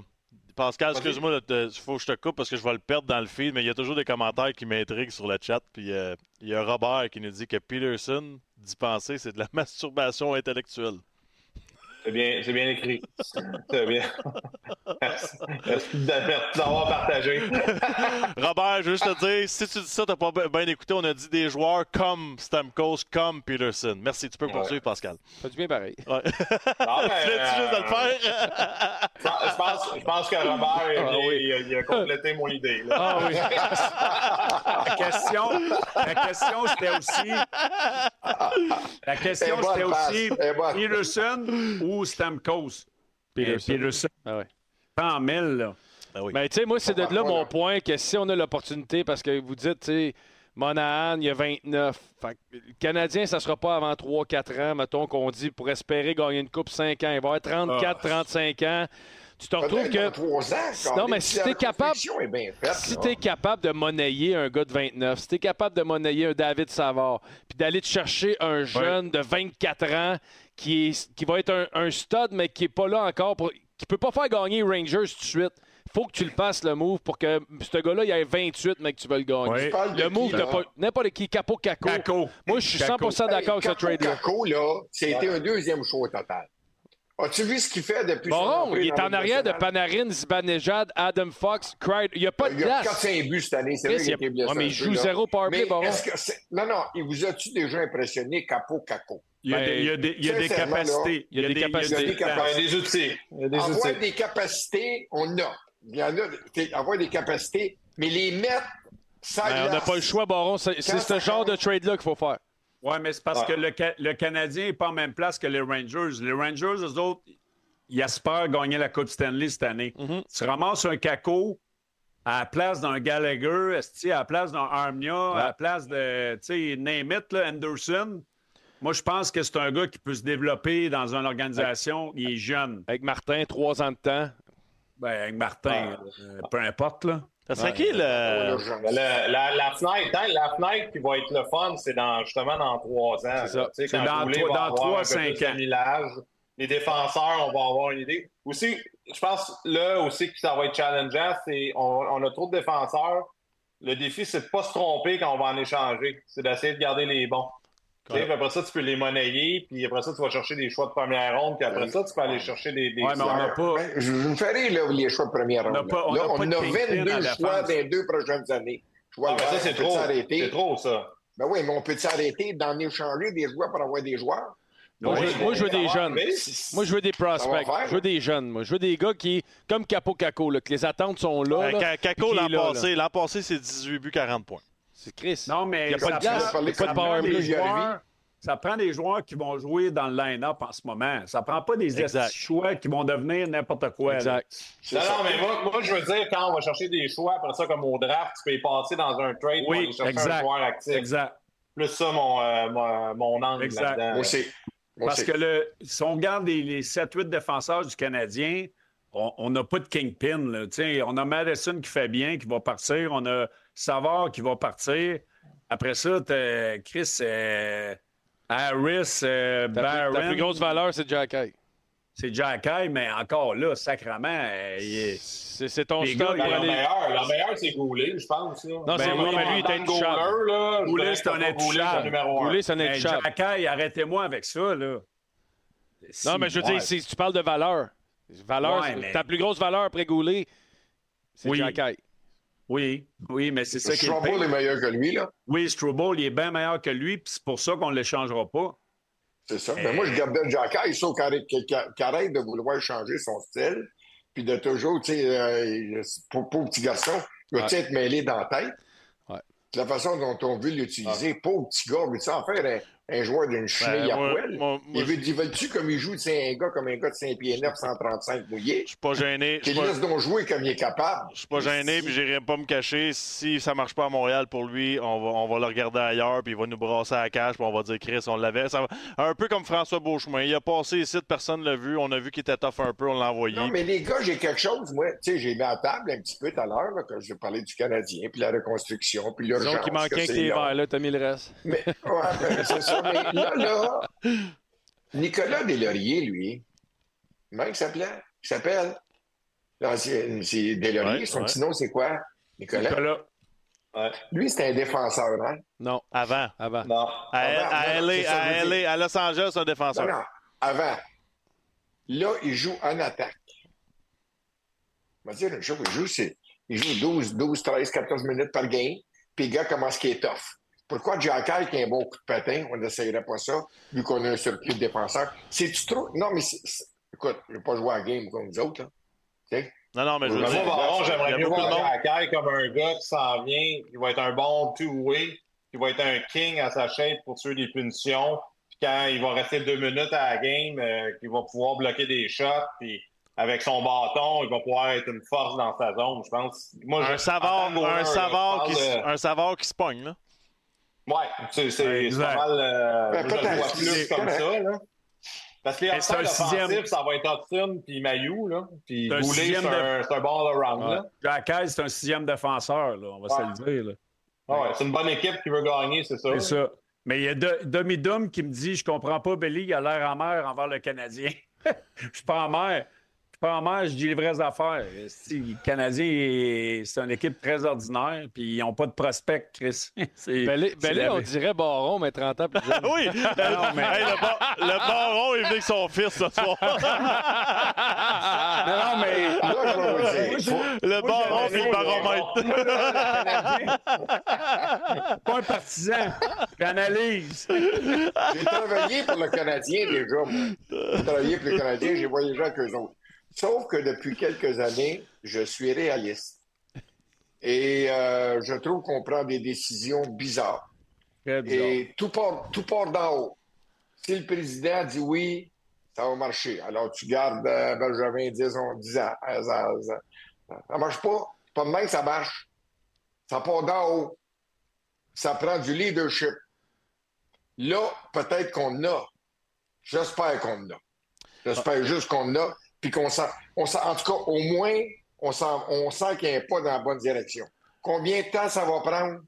Speaker 3: Pascal,
Speaker 4: Vas-y.
Speaker 3: excuse-moi, il faut que je te coupe parce que je vais le perdre dans le feed, mais il y a toujours des commentaires qui m'intriguent sur le chat. Puis euh, il y a Robert qui nous dit que Peterson, d'y penser, c'est de la masturbation intellectuelle.
Speaker 4: C'est bien, c'est bien écrit. C'est bien. Merci Merci de- merci d'avoir partagé.
Speaker 3: Robert, je veux juste te dire, si tu dis ça, t'as pas bien écouté, on a dit des joueurs comme Stamkos, comme Peterson. Merci, tu peux poursuivre, Pascal.
Speaker 2: ça fait du bien pareil.
Speaker 3: Ouais.
Speaker 4: Non, mais,
Speaker 3: tu voulais-tu juste de le
Speaker 4: Ah, ben, euh,
Speaker 3: faire?
Speaker 4: Je pense, je pense que Robert, il,
Speaker 2: Ah oui.
Speaker 4: il a, il a complété mon idée. là.
Speaker 2: Ah oui.
Speaker 6: La question, la question c'était aussi. La question,
Speaker 5: Eh, bonne
Speaker 6: c'était
Speaker 5: passe,
Speaker 6: aussi
Speaker 5: eh, bonne.
Speaker 6: Peterson ou Stamkos.
Speaker 2: Peterson.
Speaker 6: Eh, Peterson,
Speaker 2: Ah ouais.
Speaker 6: 100 000, là.
Speaker 3: Ben oui.
Speaker 2: Mais tu sais, moi, c'est de
Speaker 5: va
Speaker 2: là
Speaker 5: pas,
Speaker 2: mon
Speaker 5: là.
Speaker 2: point que si on a l'opportunité, parce que vous dites, tu sais, Monahan, il y a 29. Fait que le Canadien, ça sera pas avant 3-4 ans, mettons, qu'on dit, pour espérer gagner une Coupe 5 ans. Il
Speaker 5: Ah,
Speaker 2: va avoir 34-35 ans. Tu te retrouves
Speaker 5: Peut-être
Speaker 2: que.
Speaker 5: dans trois ans,
Speaker 2: Si-
Speaker 5: quand
Speaker 2: non,
Speaker 5: même,
Speaker 2: mais si
Speaker 5: la
Speaker 2: t'es capable-
Speaker 5: construction est bien faite,
Speaker 2: Si
Speaker 5: là.
Speaker 2: tu es capable de monnayer un gars de 29, si tu es capable de monnayer un David Savard, puis d'aller te chercher un jeune de 24 ans qui, est, qui va être un, un stud, mais qui n'est pas là encore, pour, qui peut pas faire gagner Rangers tout de suite, faut que tu le passes le move pour que ce gars-là, il ait 28, mais que tu veux le gagner.
Speaker 6: Oui.
Speaker 5: Tu parles de
Speaker 2: Le move,
Speaker 5: qui,
Speaker 2: t'as
Speaker 5: là?
Speaker 2: pas, n'importe qui, Capo Caco.
Speaker 6: Kako.
Speaker 2: Moi, je suis 100
Speaker 6: Kako.
Speaker 2: d'accord avec ce
Speaker 5: Caco,
Speaker 2: trade-là.
Speaker 5: Caco, là, c'était un deuxième choix au total. As-tu vu ce qu'il fait depuis son
Speaker 2: Moron,
Speaker 5: entrée
Speaker 2: il est
Speaker 5: dans
Speaker 2: en
Speaker 5: le
Speaker 2: arrière de
Speaker 5: national?
Speaker 2: Panarin, Zibanejad, Adam Fox, Crider. Il n'y a pas de
Speaker 5: Il a
Speaker 2: glace.
Speaker 5: 400 buts cette année, c'est vrai
Speaker 2: Chris,
Speaker 5: qu'il
Speaker 2: il-
Speaker 5: était blessé
Speaker 2: Ouais, mais il
Speaker 5: un peu,
Speaker 2: joue
Speaker 5: là.
Speaker 2: zéro powerplay,
Speaker 5: Mais
Speaker 2: Baron.
Speaker 5: est-ce que c'est- Non, non, il vous a-tu déjà impressionné Capo Caco?
Speaker 6: Il y a
Speaker 2: Ben,
Speaker 6: des- il y a des il y a des
Speaker 5: sincèrement, là,
Speaker 6: capacités. Il y a des
Speaker 2: capacités.
Speaker 4: Ben, Il y
Speaker 6: capacités.
Speaker 4: a des outils. Il y a des
Speaker 5: Avoir
Speaker 4: outils.
Speaker 5: des capacités, on a. Il y en a, t'sais, avoir des capacités, mais les mettre, ça
Speaker 2: Ben, on n'a pas le choix, Baron. C'est c'est ce
Speaker 5: ça
Speaker 2: genre
Speaker 5: compte.
Speaker 2: de trade-là qu'il faut faire.
Speaker 6: Oui, mais c'est parce
Speaker 4: Ouais.
Speaker 6: que le, Ca- le Canadien n'est pas en même place que les Rangers. Les Rangers, eux autres, ils espèrent gagner la Coupe Stanley cette année. Tu ramasses un caco à la place d'un Gallagher, esti, à la place d'un Armia, à la place de, tu sais, name it, là, Anderson. Moi, je pense que c'est un gars qui peut se développer dans une organisation. Il est jeune.
Speaker 2: Avec Martin, trois ans de temps.
Speaker 6: Ben, avec Martin, euh, peu importe, là.
Speaker 3: Ça serait qui le. euh,
Speaker 4: Mais le- la, la fenêtre, hein, la fenêtre qui va être le fun, c'est dans, justement dans trois ans. là.
Speaker 2: ça.
Speaker 4: Tu sais,
Speaker 6: C'est
Speaker 4: quand
Speaker 6: dans
Speaker 4: Goulet
Speaker 6: trois-
Speaker 4: va
Speaker 6: dans
Speaker 4: avoir
Speaker 6: trois,
Speaker 4: un peu
Speaker 6: cinq
Speaker 4: plus de
Speaker 6: ans.
Speaker 4: millage, Les défenseurs, on va avoir une idée. Aussi, je pense là aussi que ça va être challengeant, c'est on, on a trop de défenseurs. Le défi, c'est de pas se tromper quand on va en échanger. C'est d'essayer de garder les bons. Tu sais, puis après ça, tu peux les monnayer, puis après ça, tu vas chercher des choix de première ronde, puis après ça, tu peux aller chercher des. des
Speaker 6: Ouais, mais on n'a
Speaker 4: tiers.
Speaker 2: ben,
Speaker 6: pas.
Speaker 5: Je vous me ferai là, les choix de première
Speaker 6: On n'a
Speaker 5: ronde.
Speaker 6: pas- on
Speaker 5: là,
Speaker 6: n'a
Speaker 5: on
Speaker 6: pas de
Speaker 5: a
Speaker 6: Kingston à
Speaker 5: 22
Speaker 6: la
Speaker 5: choix
Speaker 6: défense.
Speaker 5: dans les deux prochaines années. Je vois
Speaker 4: Ah,
Speaker 5: le
Speaker 4: ben ça,
Speaker 5: faire,
Speaker 4: c'est
Speaker 5: on peut
Speaker 4: trop.
Speaker 5: s'arrêter.
Speaker 4: C'est trop, ça.
Speaker 5: Ben oui, mais on peut s'arrêter d'en échanger des joueurs pour avoir des joueurs?
Speaker 2: Moi,
Speaker 4: Oui,
Speaker 2: je, moi, je veux
Speaker 4: mais
Speaker 2: des
Speaker 4: ça va
Speaker 2: jeunes.
Speaker 4: arriver.
Speaker 2: Moi, je veux des prospects.
Speaker 5: faire,
Speaker 2: Je veux des jeunes. Moi, je veux des gars qui, comme Capo Caco, là, que les attentes sont
Speaker 6: Ben,
Speaker 2: là. là,
Speaker 3: Euh,
Speaker 2: puis
Speaker 3: Kako
Speaker 2: qui est là,
Speaker 3: l'an
Speaker 2: là.
Speaker 3: passé. L'an passé, c'est 18 buts, 40 points.
Speaker 2: C'est Chris.
Speaker 6: Non, mais
Speaker 2: Il y a pas
Speaker 6: ça
Speaker 2: de glace,
Speaker 6: prend-
Speaker 5: il y a pas de
Speaker 6: ça prend
Speaker 5: power
Speaker 6: des
Speaker 5: play, il y a
Speaker 6: joueurs- ça prend des joueurs qui vont jouer dans le line-up en ce moment. Ça prend pas des
Speaker 3: Exact.
Speaker 6: estis choix qui vont devenir n'importe quoi. là.
Speaker 4: Non, non, mais moi, moi, je veux dire, quand on va chercher des choix, après ça, comme au draft, tu peux y passer dans un trade pour
Speaker 6: Oui,
Speaker 4: aller chercher
Speaker 6: exact.
Speaker 4: un joueur actif.
Speaker 6: Exact.
Speaker 4: Plus ça, mon, euh, mon, mon angle
Speaker 6: Exact.
Speaker 4: là-dedans.
Speaker 5: Moi aussi. Moi
Speaker 6: Parce
Speaker 5: aussi.
Speaker 6: que le, si on regarde les, 7-8 défenseurs du Canadien, on on n'a pas de kingpin. là. Tu sais, On a Madison qui fait bien, qui va partir. On a Savard qui va partir. Après ça, t'as Chris euh, Harris, euh,
Speaker 2: Ta, plus- ta plus
Speaker 6: Barron.
Speaker 2: grosse valeur, c'est Jack High.
Speaker 6: C'est Jack High, mais encore là, sacrement. euh, il est-
Speaker 2: C'est c'est ton
Speaker 6: Les
Speaker 2: stop
Speaker 6: gars,
Speaker 2: pour
Speaker 4: Ben, le
Speaker 2: aller-
Speaker 4: meilleur, le meilleur, c'est Goulet, je pense. là.
Speaker 2: Non, c'est
Speaker 6: Ben
Speaker 2: vrai,
Speaker 6: oui,
Speaker 2: mais lui, il était
Speaker 4: Dan Gouler,
Speaker 2: intouchable.
Speaker 4: là, je
Speaker 6: Goulet,
Speaker 4: dirais que
Speaker 6: c'est un
Speaker 4: pas Goulet,
Speaker 6: intouchable.
Speaker 4: le numéro un.
Speaker 2: Goulet, c'est un
Speaker 6: Hey,
Speaker 2: intouchable.
Speaker 6: Ben, Jack High, arrêtez-moi avec ça. Là.
Speaker 2: Non, mais je veux dire, si tu parles de valeur, valeur
Speaker 6: Ouais,
Speaker 2: c'est-
Speaker 6: mais-
Speaker 2: ta plus grosse valeur après Goulet, c'est
Speaker 6: Oui.
Speaker 2: Jack High.
Speaker 6: Oui, oui, mais c'est ça qui est le
Speaker 5: Strabo
Speaker 6: pire.
Speaker 5: est meilleur que lui, là.
Speaker 6: Oui, Struble, il est bien meilleur que lui, puis c'est pour ça qu'on ne l'échangera pas.
Speaker 5: C'est ça. Mais
Speaker 6: Eh.
Speaker 5: moi, je gardais Jacky, sauf qu'il arrête- qu'il- qu'il arrête de vouloir changer son style, puis de toujours, tu sais, euh, pour, pour petit garçon, il va
Speaker 2: Ouais.
Speaker 5: être mêlé dans la tête.
Speaker 2: Ouais.
Speaker 5: La façon dont on veut l'utiliser, pauvre petit gars, mais tu sais, en faire un, un joueur
Speaker 6: Ben,
Speaker 5: d'une chenille à
Speaker 3: moi-
Speaker 5: poêle.
Speaker 3: Ben, moi- moi,
Speaker 5: il veut il veut-tu comme il joue, tu sais, un gars comme un gars de 5 pieds 9, 135 mouillé,
Speaker 3: Je suis pas gêné. Je
Speaker 5: qu'il
Speaker 3: suis pas-
Speaker 5: laisse donc jouer comme il est capable.
Speaker 3: je suis pas gêné, puis j'irai pas me cacher. Si ça marche pas à Montréal pour lui, on va, on va le regarder ailleurs, puis il va nous brasser à la cage, puis on va dire Chris, on l'avait. Ça va- Un peu comme François Beauchemin. Il a passé ici, personne l'a vu. On a vu qu'il était tough un peu, on l'a envoyé.
Speaker 5: Non, mais les gars, j'ai quelque chose, moi. Tu sais, j'ai mis à table un petit peu tout à l'heure, là, quand je parlais du Canadien, puis la reconstruction, puis l'urgence.
Speaker 2: Disons qu'il
Speaker 5: que
Speaker 2: manquait un
Speaker 5: c'est
Speaker 2: clé
Speaker 5: long.
Speaker 2: vert, là, t'as mis le reste.
Speaker 5: Mais, ouais, ben, c'est ça. Mais là, là, Nicolas Deslauriers, lui, comment il s'appelait? Il s'appelle. L'ancien- C'est Deslauriers,
Speaker 3: Ouais,
Speaker 5: son
Speaker 3: ouais.
Speaker 5: petit nom, c'est quoi? Nicolas.
Speaker 6: Nicolas.
Speaker 5: Lui, c'est un défenseur, hein?
Speaker 2: Non,
Speaker 3: Avant.
Speaker 2: avant.
Speaker 4: Non.
Speaker 3: À,
Speaker 5: Avant,
Speaker 3: à
Speaker 5: avant, c'est
Speaker 3: LA,
Speaker 5: ça
Speaker 3: à
Speaker 5: que je veux
Speaker 3: LA, à Los Angeles, c'est un
Speaker 5: Non,
Speaker 3: défenseur.
Speaker 5: non, avant. Là, il joue en attaque. On va dire une chose, il joue, c'est- il joue 12, 12, 13, 14 minutes par game, puis le gars commence qui est tough. Pourquoi Jackal, qui a un bon coup de patin, on n'essayerait pas ça, vu qu'on a un surplus de défenseurs? C'est-tu trop? Non, mais c'est- c'est- écoute, je n'ai pas joué à la game comme nous autres. là.
Speaker 3: Non, non, mais je veux
Speaker 4: Mais
Speaker 3: dire.
Speaker 4: moi, Baron,
Speaker 3: il y a
Speaker 4: j'aimerais mieux
Speaker 3: beaucoup de
Speaker 4: voir
Speaker 3: monde.
Speaker 4: Jacky comme un gars qui s'en vient, qui va être un bon two-way, qui va être un king à sa shape pour tuer des punitions. Puis quand il va rester deux minutes à la game, euh, qu'il va pouvoir bloquer des shots. Puis avec son bâton, il va pouvoir être une force dans sa zone, je pense. Moi, je-
Speaker 3: Un
Speaker 4: en
Speaker 3: savard,
Speaker 4: tant que owner,
Speaker 3: un, savard
Speaker 4: je
Speaker 3: qui,
Speaker 4: parle
Speaker 3: se-
Speaker 4: de-
Speaker 3: un savard qui se pogne, là.
Speaker 4: Ouais, c'est c'est- c'est
Speaker 6: Exact.
Speaker 4: pas mal. euh,
Speaker 5: Ben,
Speaker 4: moi, je le
Speaker 5: peut-être,
Speaker 4: vois
Speaker 5: c'est
Speaker 4: plus comme
Speaker 5: correct.
Speaker 4: ça, là. Parce que les
Speaker 6: Mais c'est un
Speaker 4: offensives
Speaker 6: sixième.
Speaker 4: offensifs, ça va être Hudson puis Mayou, là. Puis
Speaker 6: C'est un
Speaker 4: Goulet, c'est
Speaker 6: sixième de-
Speaker 4: un, c'est un bon all-around,
Speaker 2: Ouais.
Speaker 4: là.
Speaker 6: Jack High, c'est un sixième défenseur, là, on va
Speaker 4: Ouais.
Speaker 6: se le dire. là.
Speaker 4: Ah ouais, c'est une bonne équipe qui veut gagner, c'est ça.
Speaker 6: C'est ça. Mais il y a De- Domi Dum qui me dit Je comprends pas, Billy, il a l'air en mer envers le Canadien. Je suis pas en mer. Je suis pas en mer, je dis les vraies affaires. Si, le Canadien, il- c'est une équipe très ordinaire, puis ils n'ont pas de prospect, Chris. C'est-
Speaker 2: Belé,
Speaker 6: c'est
Speaker 2: Belé,
Speaker 6: la-
Speaker 2: ben on dirait Baron, mais 30 ans plus jeune.
Speaker 3: Ah oui!
Speaker 6: mais-
Speaker 3: Hey, le, bar- le baron est venu avec son fils ce soir.
Speaker 6: Non, non, mais.
Speaker 5: Là, je vais vous le
Speaker 6: Moi,
Speaker 5: dire.
Speaker 6: je-
Speaker 3: Le
Speaker 6: Moi,
Speaker 3: baron,
Speaker 6: j'avais
Speaker 3: c'est
Speaker 6: raison,
Speaker 3: le baromètre.
Speaker 6: pas un partisan. J'analyse.
Speaker 5: J'ai travaillé pour le Canadien déjà, moi. J'ai travaillé pour le Canadien, j'ai voyagé avec eux autres. Sauf que depuis quelques années, je suis réaliste. Et euh, je trouve qu'on prend des décisions bizarres.
Speaker 6: Très bizarre.
Speaker 5: Et tout part, tout part d'en haut. Si le président dit oui, ça va marcher. Alors tu gardes euh, Benjamin 10, on- 10 ans. euh, Ça, ça- ça marche pas. C'est Pas de même que ça marche. Ça part d'en haut. Ça prend du leadership. Là, peut-être qu'on a. J'espère qu'on a.
Speaker 6: Ah.
Speaker 5: J'espère juste qu'on a. Puis qu'on sent, on sent- En tout cas, au moins, on sent, on sent qu'il n'y a pas dans la bonne direction. Combien de temps ça va prendre?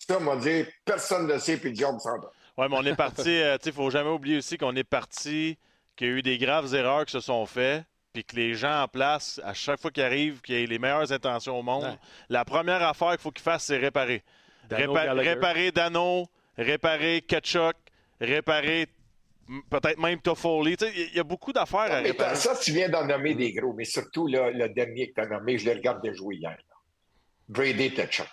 Speaker 5: Ça, on va dire, personne ne sait, puis le diable s'en va.
Speaker 3: Oui, mais on est parti. euh, tu sais, faut jamais oublier aussi qu'on est parti, qu'il y a eu des graves erreurs qui se sont faites, puis que les gens en place, à chaque fois qu'ils arrivent, qu'ils aient les meilleures intentions au monde,
Speaker 2: Ouais.
Speaker 3: la première affaire qu'il faut qu'ils fassent, c'est réparer.
Speaker 2: Dano
Speaker 3: Répa-
Speaker 2: Gallagher.
Speaker 3: réparer Dano, réparer Ketchuk, réparer m- peut-être même Toffoli. Tu sais, il y- il y a beaucoup d'affaires à
Speaker 5: Mais t'as-
Speaker 3: réparer.
Speaker 5: ça, tu viens d'en nommer des gros, mais surtout là, le dernier que tu as nommé, je le regarde de jouer hier. là. Brady Tetchuk.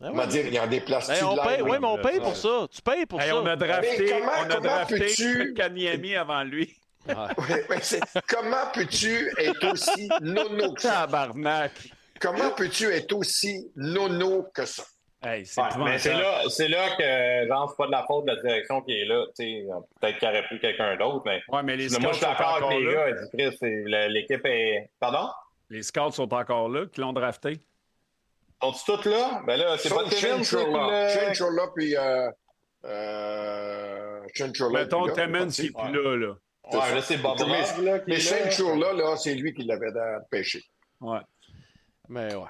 Speaker 3: Ah
Speaker 5: On
Speaker 3: ouais.
Speaker 5: va dire, il y en déplace
Speaker 3: Ben, on paye, ouais, mais on paye pour ça. Tu payes pour
Speaker 6: Hey,
Speaker 3: ça.
Speaker 6: on a
Speaker 5: Mais
Speaker 6: drafté,
Speaker 5: comment-
Speaker 6: on a
Speaker 5: comment
Speaker 6: drafté
Speaker 5: peux-tu-
Speaker 6: Kanyemi avant lui.
Speaker 5: Comment peux-tu être aussi nono que ça?
Speaker 6: Tabarnak.
Speaker 5: Comment peux-tu être aussi nono que ça?
Speaker 6: Hey, c'est
Speaker 4: Ouais, mais c'est
Speaker 6: épouvantable.
Speaker 4: là, c'est là que, genre, c'est pas de la faute de la direction qui est là. tu sais. Peut-être qu'il aurait pris quelqu'un d'autre, mais.
Speaker 6: Ouais, mais les
Speaker 4: Mais
Speaker 6: scouts,
Speaker 4: moi, je suis
Speaker 6: sont
Speaker 4: d'accord
Speaker 6: encore
Speaker 4: avec
Speaker 6: là.
Speaker 4: les gars. Eddie Chris, c'est- le- L'équipe est. Pardon?
Speaker 6: les scouts sont encore là, qui l'ont drafté.
Speaker 4: Sont-ils tous là? Ben là, c'est
Speaker 5: Sauf
Speaker 4: pas Kevin, c'est
Speaker 5: Chinchurla.
Speaker 4: le...
Speaker 5: Chinchurla, puis... euh, euh, Chinchurla,
Speaker 3: Ben,
Speaker 6: Mettons,
Speaker 5: puis là,
Speaker 6: Timmons
Speaker 5: c'est
Speaker 6: qui est
Speaker 5: parti.
Speaker 6: plus là, là.
Speaker 4: Ouais, là, c'est Bob
Speaker 5: Mais-
Speaker 4: Ross, là, qui
Speaker 5: Mais
Speaker 4: est là.
Speaker 5: Chinchurla, là, c'est lui qui l'avait pêché.
Speaker 6: Ouais.
Speaker 2: Mais ouais.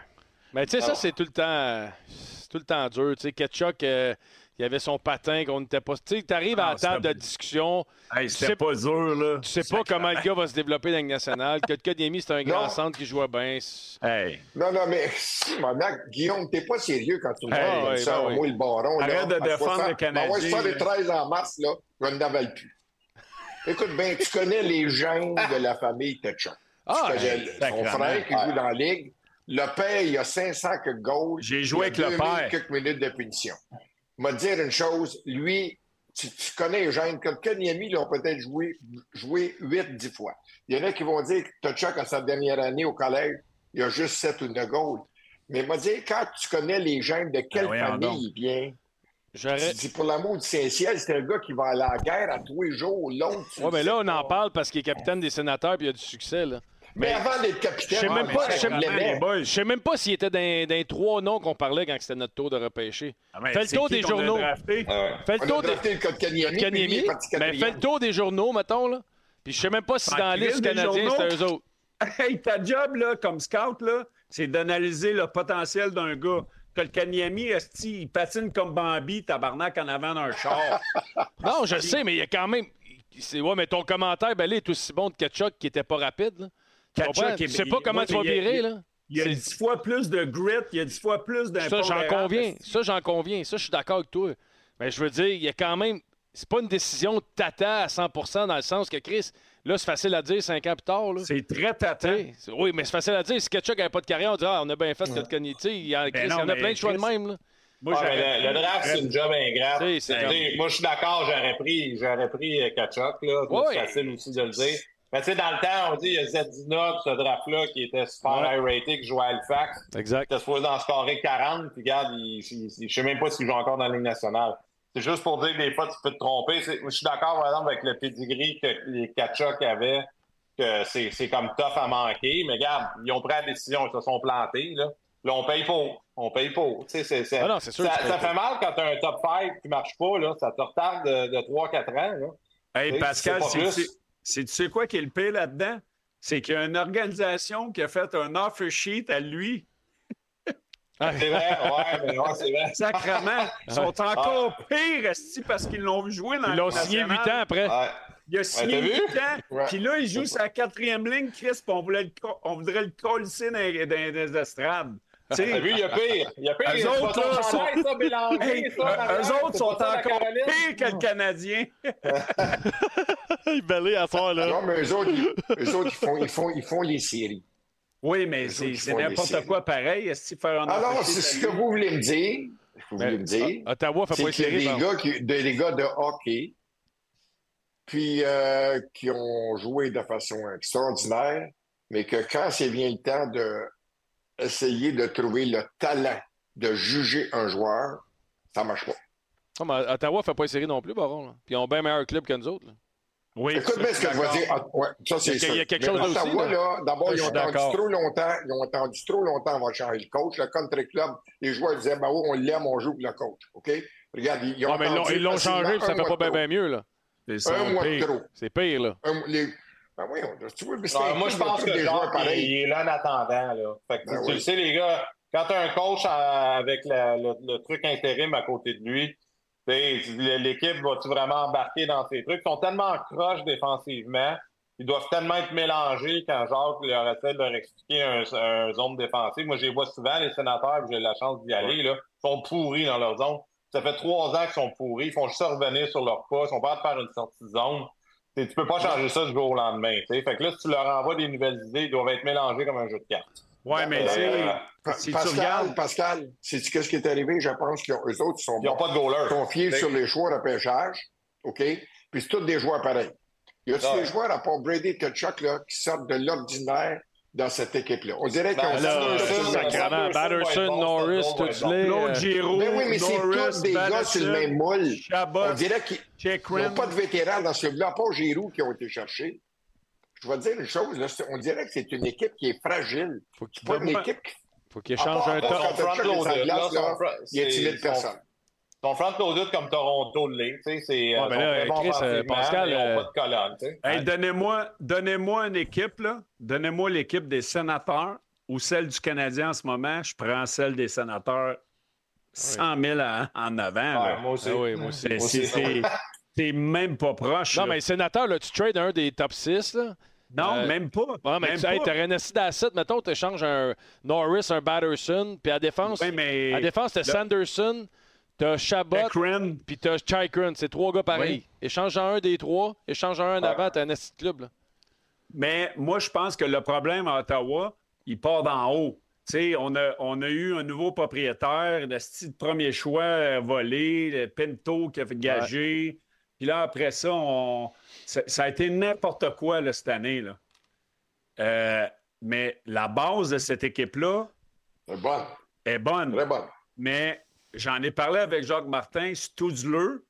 Speaker 2: Mais tu sais, ça, c'est tout le temps. C'est tout le temps dur. Tu sais, Ketchuk, euh, il y avait son patin qu'on n'était pas. Tu sais, t'arrives à
Speaker 6: Ah,
Speaker 2: la table
Speaker 6: c'était-
Speaker 2: de discussion,
Speaker 6: Hey,
Speaker 2: sais-
Speaker 6: c'était pas dur, là.
Speaker 2: tu sais pas comment le gars va se développer dans la Ligue nationale. Kotkaniemi, c'est un grand
Speaker 5: Non.
Speaker 2: centre qui joue bien. C'est-
Speaker 6: Hey,
Speaker 5: Non, non, mais Simonac, Guillaume, t'es pas sérieux quand tu me
Speaker 2: Hey,
Speaker 5: parles comme
Speaker 2: ouais,
Speaker 5: ça,
Speaker 2: ben oui.
Speaker 5: moi, le baron. là,
Speaker 6: Arrête de
Speaker 5: à
Speaker 6: défendre
Speaker 5: 60
Speaker 6: le Canadien,
Speaker 5: Ben ouais, 73 en mars, là, je ne n'avale plus. Écoute, ben, tu connais les gens de la famille Tetchon.
Speaker 2: Ah,
Speaker 5: tu connais
Speaker 2: hey,
Speaker 5: le- son
Speaker 6: sacrément.
Speaker 5: frère qui joue dans la Ligue. Le père, il a 500 que goals.
Speaker 6: J'ai joué avec
Speaker 5: il a
Speaker 6: le
Speaker 5: 2000
Speaker 6: père.
Speaker 5: quelques minutes de punition. M'a dire une chose, lui, tu, tu connais les gens. Comme Kanyemi, l'ont peut-être joué, joué 8-10 fois. Il y en a qui vont dire que Tuchuk, à sa dernière année au collège, il a juste 7 ou 9 goals. Mais m'a dire, quand tu connais les gens, de
Speaker 2: Ben,
Speaker 5: quelle
Speaker 6: voyons
Speaker 5: famille
Speaker 6: donc.
Speaker 5: il vient,
Speaker 2: J'aurais.
Speaker 5: tu dis, pour l'amour du Saint-Ciel, c'est un gars qui va à la guerre à tous les jours, l'autre. tu
Speaker 2: Ouais,
Speaker 5: le
Speaker 2: mais
Speaker 5: sais
Speaker 2: là, on en
Speaker 5: pas.
Speaker 2: parle parce qu'il est capitaine des sénateurs et il a du succès. Là.
Speaker 5: Mais avant d'être
Speaker 2: ben, Je
Speaker 5: capitaine, ah,
Speaker 2: sais
Speaker 5: on
Speaker 2: même pas-
Speaker 5: parlait
Speaker 2: je sais même
Speaker 5: de
Speaker 6: les
Speaker 5: l'aimait.
Speaker 6: boys.
Speaker 2: Je sais même pas s'il était dans, dans les trois noms qu'on parlait quand c'était notre tour de repêcher.
Speaker 6: Ah, mais
Speaker 2: Fais le
Speaker 6: c'est
Speaker 2: tour
Speaker 6: qui
Speaker 2: des
Speaker 6: qu'on a
Speaker 2: journaux.
Speaker 6: drafté?
Speaker 4: Ouais.
Speaker 2: Fais
Speaker 5: On
Speaker 2: le
Speaker 5: a
Speaker 2: tour des.
Speaker 5: drafté le code Kanyemi, puis lui, il
Speaker 2: Kotkaniemi,
Speaker 5: est parti
Speaker 2: mais Ben, fais
Speaker 5: quatrième.
Speaker 2: le tour des journaux, mettons, là. Puis je sais même pas si
Speaker 6: Ah,
Speaker 2: dans la
Speaker 6: Chris,
Speaker 2: liste
Speaker 6: des
Speaker 2: canadienne,
Speaker 6: journaux?
Speaker 2: c'était eux autres.
Speaker 6: Hey, ta job, là, comme scout, là, c'est d'analyser le potentiel d'un gars. Colcaniami, esti, il patine comme Bambi, tabarnak, en avant d'un char.
Speaker 2: Non, je sais, mais il y a quand même. C'est, ouais, mais ton commentaire, ben, là, est aussi bon de Ketchuk qui était pas rapide. Là. Tu
Speaker 6: Ketchuk,
Speaker 2: comprends?
Speaker 6: il-
Speaker 2: Tu sais pas
Speaker 6: il-
Speaker 2: comment
Speaker 6: ouais,
Speaker 2: tu vas
Speaker 6: mais il-
Speaker 2: virer,
Speaker 6: il-
Speaker 2: là.
Speaker 6: Il y a
Speaker 2: C'est-
Speaker 6: dix fois plus de grit, il y a dix fois plus d'un
Speaker 2: Ça, j'en conviens. Ça, j'en conviens. Ça, je suis d'accord avec toi. Mais je veux dire, il y a quand même. C'est pas une décision tata à 100 dans le sens que Chris, là, c'est facile à dire cinq ans plus tard. Là.
Speaker 6: C'est très
Speaker 2: Tu
Speaker 6: tâté.
Speaker 2: sais, c'est- Oui, mais c'est facile à dire. Si Ketchuk n'avait pas de carrière, on dirait ah, on a bien fait notre conni- tu sais, Il y, a, Chris, il y
Speaker 6: Ben non,
Speaker 2: en a
Speaker 6: mais
Speaker 2: plein de choix de
Speaker 6: Chris-
Speaker 2: même. Là.
Speaker 6: Moi,
Speaker 4: Ah,
Speaker 6: j'aurais-
Speaker 4: mais le, le draft, c'est une job ingrate. Ben,
Speaker 2: Tu sais, c'est
Speaker 4: Tu
Speaker 2: comme-
Speaker 4: sais, Moi, je suis d'accord, j'aurais pris, j'aurais pris euh, Kachuk, là.
Speaker 2: Ouais, ouais.
Speaker 4: C'est facile aussi de le dire. Mais tu sais, dans le temps, on dit, il y a Zadina, puis ce draft-là, qui était super
Speaker 2: Ouais.
Speaker 4: high rated, qui jouait à Halifax.
Speaker 2: Exact.
Speaker 4: Il était supposé en scorer 40, puis regarde, il- il- il- je sais même pas s'il joue encore dans la Ligue nationale. C'est juste pour dire que des fois, tu peux te tromper. C'est- Je suis d'accord, par exemple, avec le pedigree que les Kachuk avaient, que c'est c'est comme tough à manquer, mais regarde, ils ont pris la décision, ils se sont plantés, là. Là, on paye pour. On paye pour. Tu sais, c'est- c'est-
Speaker 2: Ah non, c'est sûr
Speaker 4: ça,
Speaker 2: que tu payes
Speaker 4: ça
Speaker 2: pour.
Speaker 4: fait mal quand t'as un top 5 qui marche pas, là. Ça te retarde de, de 3-4 ans, là.
Speaker 6: Hey,
Speaker 4: Hey,
Speaker 6: Pascal,
Speaker 4: c'est pas
Speaker 6: c'est-
Speaker 4: plus.
Speaker 6: c'est- tu sais quoi qui est le pire là-dedans? C'est qu'il y a une organisation qui a fait un offer sheet à lui.
Speaker 4: C'est vrai, ouais, mais ouais, c'est vrai.
Speaker 6: Sacrement, ils sont encore pires, esti, parce qu'ils l'ont vu jouer dans
Speaker 2: Ah. Ils
Speaker 6: la
Speaker 2: l'ont
Speaker 6: Ligue
Speaker 2: signé huit
Speaker 6: nationale.
Speaker 2: ans après.
Speaker 4: Ouais.
Speaker 6: Il a signé
Speaker 4: t'as vu?
Speaker 6: 8 ans,
Speaker 5: Ouais.
Speaker 6: puis là, il joue sa quatrième ligne, Chris, puis on, voulait le co- on voudrait le colisser dans, les- dans les estrades. Tu sais,
Speaker 4: T'as vu, il y a pire. Il y a pire.
Speaker 6: Eux
Speaker 4: C'est pas
Speaker 6: autres,
Speaker 4: ton
Speaker 6: là,
Speaker 4: chandail,
Speaker 6: sont-
Speaker 4: ça, Bélanger,
Speaker 6: hey,
Speaker 4: ça,
Speaker 6: euh,
Speaker 4: Marianne,
Speaker 6: eux autres
Speaker 4: c'est
Speaker 6: sont
Speaker 4: pas ça, la
Speaker 6: encore
Speaker 4: Caroline.
Speaker 6: pires que le Canadien.
Speaker 3: Il balait à soir, là.
Speaker 5: Non, mais eux autres, ils- eux autres, ils font, ils font, ils font les séries.
Speaker 6: Oui, mais c'est
Speaker 5: autres, ils
Speaker 6: c'est
Speaker 5: font
Speaker 6: n'importe
Speaker 5: laisser.
Speaker 6: quoi pareil. Est-ce qu'il faire un
Speaker 4: Ah
Speaker 5: Alors,
Speaker 6: offer
Speaker 5: c'est
Speaker 6: sheet
Speaker 5: ce que
Speaker 6: à lui?
Speaker 5: vous voulez me dire. ce que Vous voulez me dire.
Speaker 2: Ah, Ottawa fait
Speaker 5: C'est
Speaker 2: pas
Speaker 5: qu'il y a
Speaker 2: essayer.
Speaker 5: des gars, qui, des, des gars de hockey puis, euh, qui ont joué de façon extraordinaire, mais que quand c'est bien le temps d'essayer de trouver le talent de juger un joueur, ça marche pas.
Speaker 2: Non, Ah, mais Ottawa fait pas essayer non plus, Baron. là. Puis ils ont bien meilleur club que nous autres. là.
Speaker 6: Oui,
Speaker 5: Écoute
Speaker 6: ça,
Speaker 5: bien
Speaker 6: je
Speaker 5: ce
Speaker 6: suis
Speaker 5: que je vais
Speaker 6: d'accord.
Speaker 5: dire. Ah, ouais, ça, c'est
Speaker 2: Il y a- il y a
Speaker 5: sûr.
Speaker 2: quelque
Speaker 5: Mais
Speaker 2: chose
Speaker 5: Ottawa,
Speaker 2: aussi,
Speaker 5: là, d'abord,
Speaker 2: Ça,
Speaker 5: ils
Speaker 2: je
Speaker 5: ont
Speaker 2: suis
Speaker 5: attendu
Speaker 2: d'accord.
Speaker 5: trop longtemps. Ils ont attendu trop longtemps avant de changer le coach. Le country club, les joueurs disaient, bah oui, on l'aime, on joue pour le coach. OK? Regarde, ils, ils ont
Speaker 2: Ouais, Ah, mais ils l'ont-
Speaker 5: attendu
Speaker 2: ils l'ont
Speaker 5: facilement
Speaker 2: changé, puis ça
Speaker 5: un
Speaker 2: fait
Speaker 5: mois
Speaker 2: pas
Speaker 5: de
Speaker 2: bien
Speaker 5: trop.
Speaker 2: bien mieux. là.
Speaker 6: Ils sont
Speaker 5: Un mois de
Speaker 6: pires.
Speaker 5: trop.
Speaker 2: C'est pire, là.
Speaker 5: Un- les- Ben oui, on- tu vois, mais c'est
Speaker 4: Ouais,
Speaker 2: Ah,
Speaker 5: un
Speaker 4: moi,
Speaker 5: peu
Speaker 4: je
Speaker 5: le
Speaker 4: pense
Speaker 5: truc
Speaker 4: que
Speaker 5: des
Speaker 4: genre,
Speaker 5: joueurs pareils.
Speaker 4: il est là en attendant. Là. Fait que
Speaker 5: Ben
Speaker 4: tu- tu
Speaker 5: oui.
Speaker 4: le sais, les gars, quand tu as un coach à- avec la- le, le truc intérim à côté de lui, tu sais, l'équipe va-tu vraiment embarquer dans ces trucs? Ils sont tellement croches défensivement. Ils doivent tellement être mélangés quand Jacques leur essaie de leur expliquer un, un zone défensive. Moi, je les vois souvent, les sénateurs, puis j'ai la chance d'y aller. Là. Ils sont pourris dans leur zone. Ça fait trois ans qu'ils sont pourris. Ils font juste revenir sur leur pas. Ils sont pas de faire une sortie de zone. Tu sais, tu peux pas changer ça du jour au lendemain. tu sais. Fait que là, si tu leur envoies des nouvelles idées, ils doivent être mélangés comme un jeu de cartes.
Speaker 6: Oui, mais tu sais,
Speaker 4: Euh,
Speaker 5: Pa-
Speaker 6: si tu
Speaker 5: Pascal,
Speaker 6: regardes-
Speaker 5: Pascal, sais-tu qu'est-ce qui est arrivé? Je pense qu'eux autres ils sont
Speaker 4: Ils n'ont pas de goaler.
Speaker 5: confiés
Speaker 4: Mais-
Speaker 5: sur les choix de pêchage, OK? Puis c'est tous des joueurs pareils. Il y a
Speaker 4: Ouais.
Speaker 5: des joueurs, à part Brady et Kachuk, là, qui sortent de l'ordinaire dans cette équipe-là. On dirait qu'on
Speaker 4: Ben là,
Speaker 2: euh,
Speaker 5: sort de
Speaker 4: c'est
Speaker 2: Sacrament,
Speaker 5: ça,
Speaker 4: Patterson va être
Speaker 2: Patterson,
Speaker 4: bon,
Speaker 2: Norris,
Speaker 4: Patterson va être bon.
Speaker 2: Tudley.
Speaker 6: Claude
Speaker 2: euh,
Speaker 6: Giroux,
Speaker 5: Ben oui, mais c'est
Speaker 6: Norris,
Speaker 5: tous des gars sur le même moule.
Speaker 6: Chabot,
Speaker 5: On dirait qu'ils n'ont
Speaker 6: Chikrin.
Speaker 5: pas de vétérans dans ce club-là, pas Giroud qui ont été cherchés. Je vais te dire une chose, là, c'est- on dirait que c'est une équipe qui est fragile.
Speaker 2: Faut qu'il
Speaker 5: C'est pas une
Speaker 6: Ben,
Speaker 5: équipe qui
Speaker 2: faut qu'il change un
Speaker 5: ben,
Speaker 2: top.
Speaker 5: quand t'as le choc des sanglaces, là, il y a 10 000 personnes.
Speaker 4: Son front loaded comme Toronto l'est. tu sais, C'est euh,
Speaker 2: Ouais, ben
Speaker 4: ils sont
Speaker 2: là,
Speaker 4: très bons
Speaker 2: Chris, euh,
Speaker 4: offensivement,
Speaker 2: Pascal,
Speaker 4: mais ils
Speaker 2: euh,
Speaker 4: n'ont pas de colonne. tu sais.
Speaker 6: Hey, donnez-moi, donnez-moi une équipe, là. Donnez-moi l'équipe des sénateurs ou celle du Canadien en ce moment. Je prends celle des sénateurs 100 000 en, en avant.
Speaker 4: Ouais,
Speaker 6: là.
Speaker 4: moi aussi.
Speaker 2: Ah oui, moi aussi.
Speaker 6: C'est, c'est-
Speaker 4: aussi.
Speaker 6: c'est- c'est même pas proche.
Speaker 2: Non,
Speaker 6: là.
Speaker 2: mais sénateur, là, tu trades un des top 6. Là.
Speaker 6: non
Speaker 2: euh,
Speaker 6: même pas.
Speaker 2: Ouais, mais
Speaker 6: même
Speaker 2: tu
Speaker 6: pas.
Speaker 2: hey, t'aurais un assis d'asset, mettons, tu échanges un Norris, un Batterson, puis à défense,
Speaker 6: Ouais, mais
Speaker 2: à défense, t'as
Speaker 6: le-
Speaker 2: Sanderson, t'as Chabot,
Speaker 6: Chikrin,
Speaker 2: puis t'as Chikrin. C'est trois gars pareils.
Speaker 6: Oui.
Speaker 2: Échange en un des trois, échange en un en
Speaker 3: Ah.
Speaker 2: avant, t'as un assis de club. Là.
Speaker 6: Mais moi, je pense que le problème à Ottawa, il part d'en haut. Tu sais, on a, on a eu un nouveau propriétaire, le style de premier choix euh, volé, le Pinto qui a fait gager. Puis là, après ça, on... ça, ça a été n'importe quoi là, cette année. Là. Euh, mais la base de cette équipe-là
Speaker 5: C'est bon,
Speaker 6: est bonne.
Speaker 5: très bon.
Speaker 6: Mais j'en ai parlé avec Jacques Martin, Stoudleux.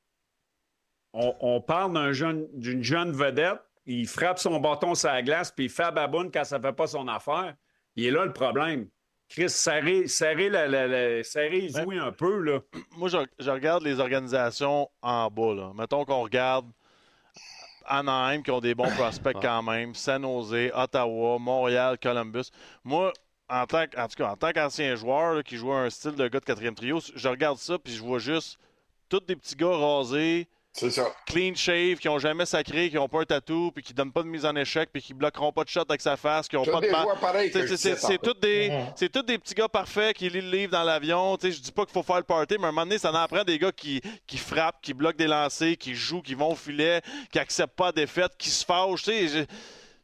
Speaker 6: On, on parle d'un jeune- d'une jeune vedette. Il frappe son bâton sur la glace, puis il fait baboune quand ça ne fait pas son affaire. Il est là le problème. Chris, serrez, serrez, la, la- la- serrez les
Speaker 3: Ouais.
Speaker 6: ouïes un peu. Là.
Speaker 3: moi, je, je regarde les organisations en bas. Là. Mettons qu'on regarde Anaheim, qui ont des bons prospects quand même, San Jose, Ottawa, Montréal, Columbus. Moi, en, tant que- en tout cas, en tant qu'ancien joueur là, qui jouait un style de gars de quatrième trio, je regarde ça puis je vois juste tous des petits gars rasés,
Speaker 5: C'est ça.
Speaker 3: clean shave, qui n'ont jamais sacré, qui n'ont pas un tatou, puis qui donnent pas de mise en échec, puis qui bloqueront pas de shot avec sa face, qui n'ont
Speaker 5: Tu as
Speaker 3: pas
Speaker 5: des
Speaker 3: de... ban-
Speaker 5: joueurs pareils que
Speaker 3: c'est-
Speaker 5: je
Speaker 3: c'est- C'est
Speaker 5: disais
Speaker 3: c'est
Speaker 5: tantôt.
Speaker 3: tous des,
Speaker 2: Mm-hmm.
Speaker 3: c'est tous des petits gars parfaits qui lisent le livre dans l'avion. Tu sais, Je dis pas qu'il faut faire le party, mais à un moment donné, ça en apprend des gars qui, qui frappent, qui bloquent des lancers, qui jouent, qui vont au filet, qui acceptent pas la défaite, qui se fâchent. tu sais, je-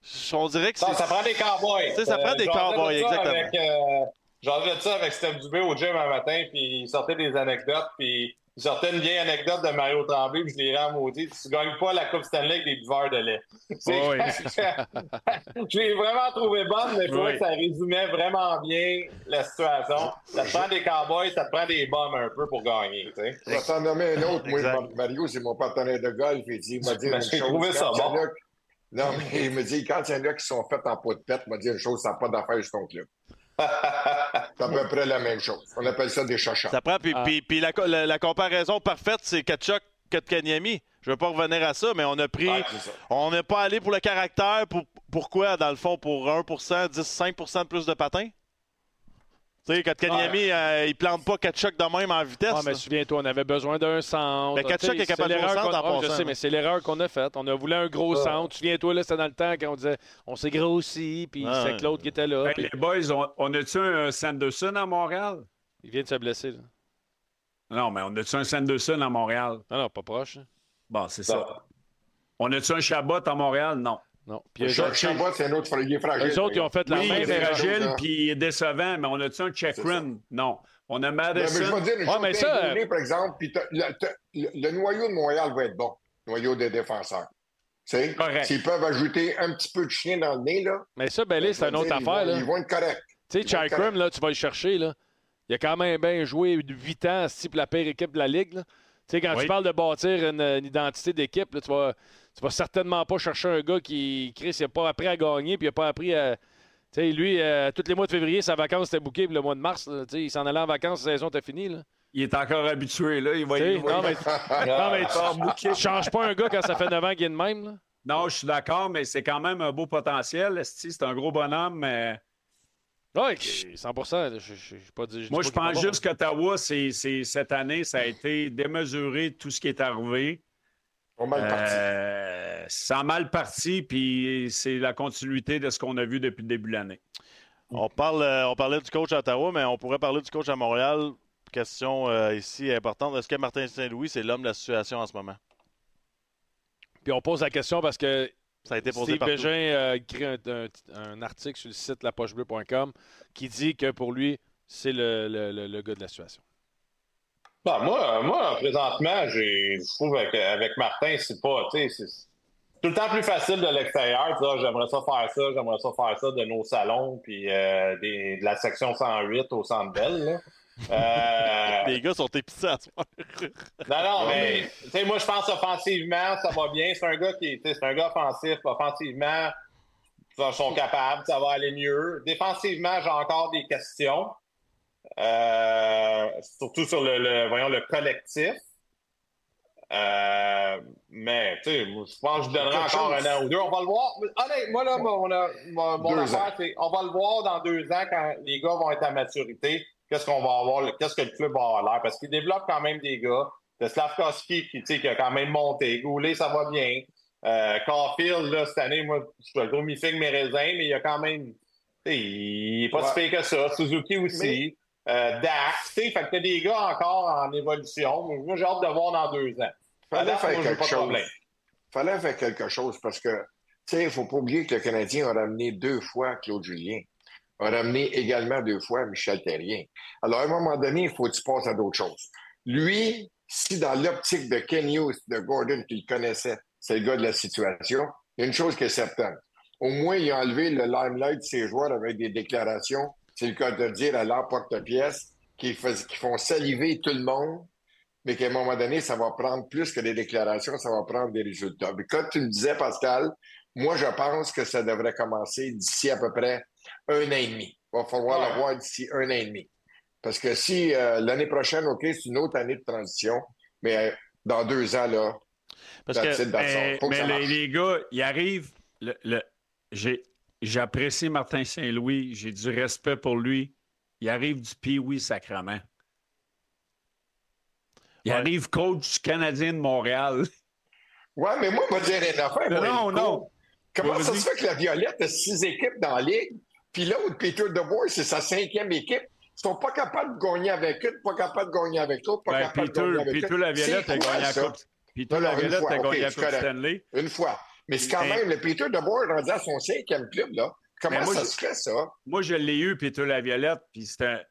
Speaker 3: je- on dirait que
Speaker 4: Non,
Speaker 3: c'est.
Speaker 4: ça prend des cowboys. Euh,
Speaker 3: Tu sais, ça prend des
Speaker 4: j'en
Speaker 3: cowboys,
Speaker 4: parlais de ça
Speaker 3: exactement.
Speaker 4: avec, euh, J'en parlais de ça avec Steph Dubé au gym un matin, puis il sortait des anecdotes, puis il sortait une vieille anecdote de Mario Tremblay, puis je l'ai rendu maudit. Tu gagnes pas la Coupe Stanley avec des buveurs de lait. C'est-
Speaker 6: Oh oui.
Speaker 4: je l'ai vraiment trouvé bonne, mais je trouvais
Speaker 6: Oui.
Speaker 4: que ça résumait vraiment bien la situation. Ça te prend des cowboys, ça te prend des bombes un peu pour gagner, tu sais.
Speaker 5: Je vais t'en nommer un autre. Moi,
Speaker 3: Exact.
Speaker 5: Mario, c'est mon partenaire de golf. Il dit, il m'a dit
Speaker 4: Ben,
Speaker 5: une
Speaker 4: j'ai
Speaker 5: chose.
Speaker 4: trouvé ça
Speaker 5: Quand il y en
Speaker 4: bon.
Speaker 5: a- Non, mais il me dit, quand il y en a qui sont faits en peau de tête, il m'a dit une chose, ça n'a pas d'affaire sur ton club. c'est à peu près la même chose. On appelle ça des chachas.
Speaker 3: Ça prend. Puis,
Speaker 2: Ah.
Speaker 3: puis- puis la, co- la- la comparaison parfaite, c'est Kachuk, Kotkaniemi. Je veux pas revenir à ça, mais on a pris.
Speaker 5: Ouais, c'est ça.
Speaker 3: On n'est pas allé pour le caractère. Pour, pourquoi, dans le fond, pour 1%, 10, 5% de plus de patins? Tu sais, Kotkaniemi, euh, il plante pas Kachuk de même en vitesse.
Speaker 2: Ah, mais
Speaker 3: là.
Speaker 2: souviens-toi, on avait besoin d'un centre.
Speaker 3: Ben, Kachuk
Speaker 2: Tu sais,
Speaker 3: est capable
Speaker 2: c'est
Speaker 3: de gros
Speaker 2: l'erreur
Speaker 3: centre
Speaker 2: qu'on-
Speaker 3: en
Speaker 2: Ah, Je
Speaker 3: passant, Ah.
Speaker 2: sais,
Speaker 3: là.
Speaker 2: mais c'est l'erreur qu'on a faite. On a voulu un gros centre. Souviens-toi, là, c'était dans le temps quand on disait on s'est grossi, puis
Speaker 3: Ouais.
Speaker 2: c'est Claude qui était là.
Speaker 6: Hey,
Speaker 2: Ah, puis
Speaker 6: les boys, on, on a-tu un Sanderson à Montréal?
Speaker 2: Il vient de se blesser. là.
Speaker 6: Non, mais on a-tu un Sanderson à Montréal?
Speaker 2: Non, non, pas proche. hein.
Speaker 6: Bon, c'est ça. On a-tu un Chabot à Montréal? Non.
Speaker 2: Non. Puis eux
Speaker 5: Le
Speaker 2: autres,
Speaker 5: Chabot, c'est un autre. Il est fragile.
Speaker 2: eux autres, ils ont fait la
Speaker 6: Oui,
Speaker 2: même
Speaker 6: il est
Speaker 5: c'est
Speaker 2: erreur.
Speaker 5: vrai.
Speaker 6: fragile
Speaker 5: chose, hein.
Speaker 6: puis il est décevant, mais on a-tu un Chikrin? Non. On a
Speaker 5: Mais je
Speaker 6: Madison.
Speaker 5: vais dire une
Speaker 2: Ouais,
Speaker 5: chose.
Speaker 2: mais
Speaker 5: t'as
Speaker 2: ça, euh,
Speaker 5: un Goulet, par exemple, puis t'as- le, t'as- le- le noyau de Montréal va être bon. Noyau des défenseurs. Tu sais,
Speaker 6: Correct.
Speaker 5: S'ils peuvent ajouter un petit peu de chien dans le nez, là,
Speaker 2: Mais ça, Belé, c'est
Speaker 5: je vais
Speaker 2: une autre
Speaker 5: dire, ils
Speaker 2: affaire.
Speaker 5: vont-
Speaker 2: là.
Speaker 5: Ils vont être corrects.
Speaker 2: Tu sais,
Speaker 5: Ils vont être
Speaker 2: Chikrim,
Speaker 5: corrects.
Speaker 2: là, tu vas le chercher, là. Il a quand même bien joué 8 ans, si pour la pire équipe de la Ligue. là. Tu sais, quand
Speaker 6: Oui.
Speaker 2: tu parles de bâtir une, une identité d'équipe, là, tu vas, tu vas certainement pas chercher un gars qui, Chris, il n'a pas appris à gagner, puis il n'a pas appris à. Tu sais, lui, euh, tous les mois de février, sa vacance était bouquée, puis le mois de mars, là, tu sais, il s'en allait en vacances, la saison était finie. Là.
Speaker 6: Il est encore habitué, là. Il va
Speaker 2: Tu sais,
Speaker 6: y
Speaker 2: non, mais, non, mais
Speaker 6: Ah,
Speaker 2: tu
Speaker 6: bouqué.
Speaker 2: ne changes pas un gars quand ça fait 9 ans qu'il est de même. Là.
Speaker 6: Non, je suis d'accord, mais c'est quand même un beau potentiel. esti. C'est un gros bonhomme. mais
Speaker 2: Oui, 100 là, je- je- je pas dit- dis
Speaker 6: Moi,
Speaker 2: pas qu'il
Speaker 6: je
Speaker 2: est pas
Speaker 6: pense
Speaker 2: bon.
Speaker 6: juste qu'Ottawa, c'est- c'est- cette année, ça a été démesuré tout ce qui est arrivé.
Speaker 5: On mal parti.
Speaker 6: Euh, ça a mal parti, puis c'est la continuité de ce qu'on a vu depuis le début de l'année.
Speaker 3: On, parle, euh, on parlait du coach à Ottawa, mais on pourrait parler du coach à Montréal. Question euh, ici importante. Est-ce que Martin Saint-Louis, c'est l'homme de la situation en ce moment?
Speaker 2: Puis on pose la question parce que
Speaker 3: Ça a été posé
Speaker 2: Steve
Speaker 3: partout.
Speaker 2: Bégin euh, écrit un, un- un article sur le site lapochebleu.com qui dit que pour lui, c'est le, le- le- le gars de la situation.
Speaker 4: Bah, Ben, moi, euh, moi, présentement, j'ai- je trouve avec, avec Martin, c'est pas, tu sais, c'est- c'est tout le temps plus facile de l'extérieur. Tu dis, Ah, j'aimerais ça faire ça, j'aimerais ça faire ça de nos salons, puis euh, des- de la section 108 au centre Bell. là. Euh,
Speaker 3: Les gars sont épicés à ce soir.
Speaker 4: non, non, mais tu sais, moi, je pense offensivement, ça va bien. C'est un gars qui, tu sais, c'est un gars offensif. Offensivement, ils sont capables, ça va aller mieux. Défensivement, j'ai encore des questions, Euh, surtout sur le, le- voyons, le collectif. Euh, mais tu sais, moi, je pense que je donnerai
Speaker 5: Quelque
Speaker 4: encore
Speaker 5: chose.
Speaker 4: un an ou deux. Ah On va le voir. Allez, moi là, mon, euh, mon- mon
Speaker 5: Deux ans.
Speaker 4: affaire, c'est on va le voir dans deux ans quand les gars vont être à maturité. Qu'est-ce qu'on va avoir, le- qu'est-ce que le club va avoir l'air? Parce qu'il développe quand même des gars. De Slavkovski qui, tu sais, qui a quand même monté. Goulet, ça va bien. Euh, Caulfield, là, cette année, moi, je le trouve mi figue mes raisins, mais il a quand même. tu sais, Il n'est pas
Speaker 5: Ouais.
Speaker 4: si pire que ça. Suzuki aussi. Euh, Dax, tu sais, fait que t'as des gars encore en évolution. Moi, j'ai hâte de voir dans deux ans. À
Speaker 5: Fallait
Speaker 4: date,
Speaker 5: faire
Speaker 4: moi, j'ai
Speaker 5: quelque
Speaker 4: pas de
Speaker 5: chose.
Speaker 4: problème.
Speaker 5: fallait faire quelque chose parce que, tu sais, il ne faut pas oublier que le Canadien a ramené deux fois Claude Julien, a ramené également deux fois Michel Terrien. Alors, à un moment donné, il faut que tu passes à d'autres choses. Lui, si dans l'optique de Ken Hughes, de Gordon, qu'il connaissait, c'est le gars de la situation, il y a une chose qui est certaine. Au moins, il a enlevé le limelight de ses joueurs avec des déclarations, c'est le cas de le dire, à l'emporte-pièce, qui, fais- qui font saliver tout le monde mais qu'à un moment donné, ça va prendre plus que des déclarations, ça va prendre des résultats. Mais comme tu me disais, Pascal, moi, je pense que ça devrait commencer d'ici à peu près un an et demi. Il va falloir
Speaker 4: Ouais.
Speaker 5: le voir d'ici un an et demi. Parce que si euh, l'année prochaine, OK, c'est une autre année de transition, mais euh, dans deux ans, là,
Speaker 3: Parce
Speaker 5: that's
Speaker 3: que
Speaker 5: it, that's all.
Speaker 6: Mais,
Speaker 5: Faut que
Speaker 6: mais
Speaker 5: ça
Speaker 6: les,
Speaker 5: marche.
Speaker 6: les gars, ils arrivent. le- le- j'ai- J'apprécie Martin Saint-Louis. J'ai du respect pour lui. Il arrive du Pee-Wee Sacrament. Il
Speaker 3: Ouais.
Speaker 6: arrive coach du Canadien de Montréal.
Speaker 5: Ouais, mais moi, je vais te dire une affaire.
Speaker 6: Non,
Speaker 5: moi,
Speaker 6: non,
Speaker 5: Nico.
Speaker 6: non.
Speaker 5: Comment
Speaker 6: Ouais,
Speaker 5: ça
Speaker 6: vas-y.
Speaker 5: se fait que la Violette a six équipes dans la ligue, puis l'autre, Peter DeBoer, c'est sa cinquième équipe? Ils sont pas capables de gagner avec une, pas capables de gagner avec l'autre, pas
Speaker 6: Ben,
Speaker 5: capables
Speaker 6: Peter,
Speaker 5: de gagner avec
Speaker 6: Peter
Speaker 5: l'autre.
Speaker 6: Laviolette a
Speaker 5: C'est quoi,
Speaker 6: gagné la
Speaker 5: ça?
Speaker 6: Coupe. Peter
Speaker 5: Non, non, une
Speaker 6: Laviolette
Speaker 5: fois,
Speaker 6: a
Speaker 5: ok,
Speaker 6: gagné la
Speaker 5: c'est
Speaker 6: Coupe
Speaker 5: correct.
Speaker 6: Stanley.
Speaker 5: Une fois. Mais c'est quand
Speaker 6: Mais-
Speaker 5: même le Peter DeBoer rendu à son cinquième club, là. Comment
Speaker 6: Mais moi,
Speaker 5: ça
Speaker 6: je-
Speaker 5: se fait, ça?
Speaker 6: Moi, je l'ai eu, Peter Laviolette, puis c'est un-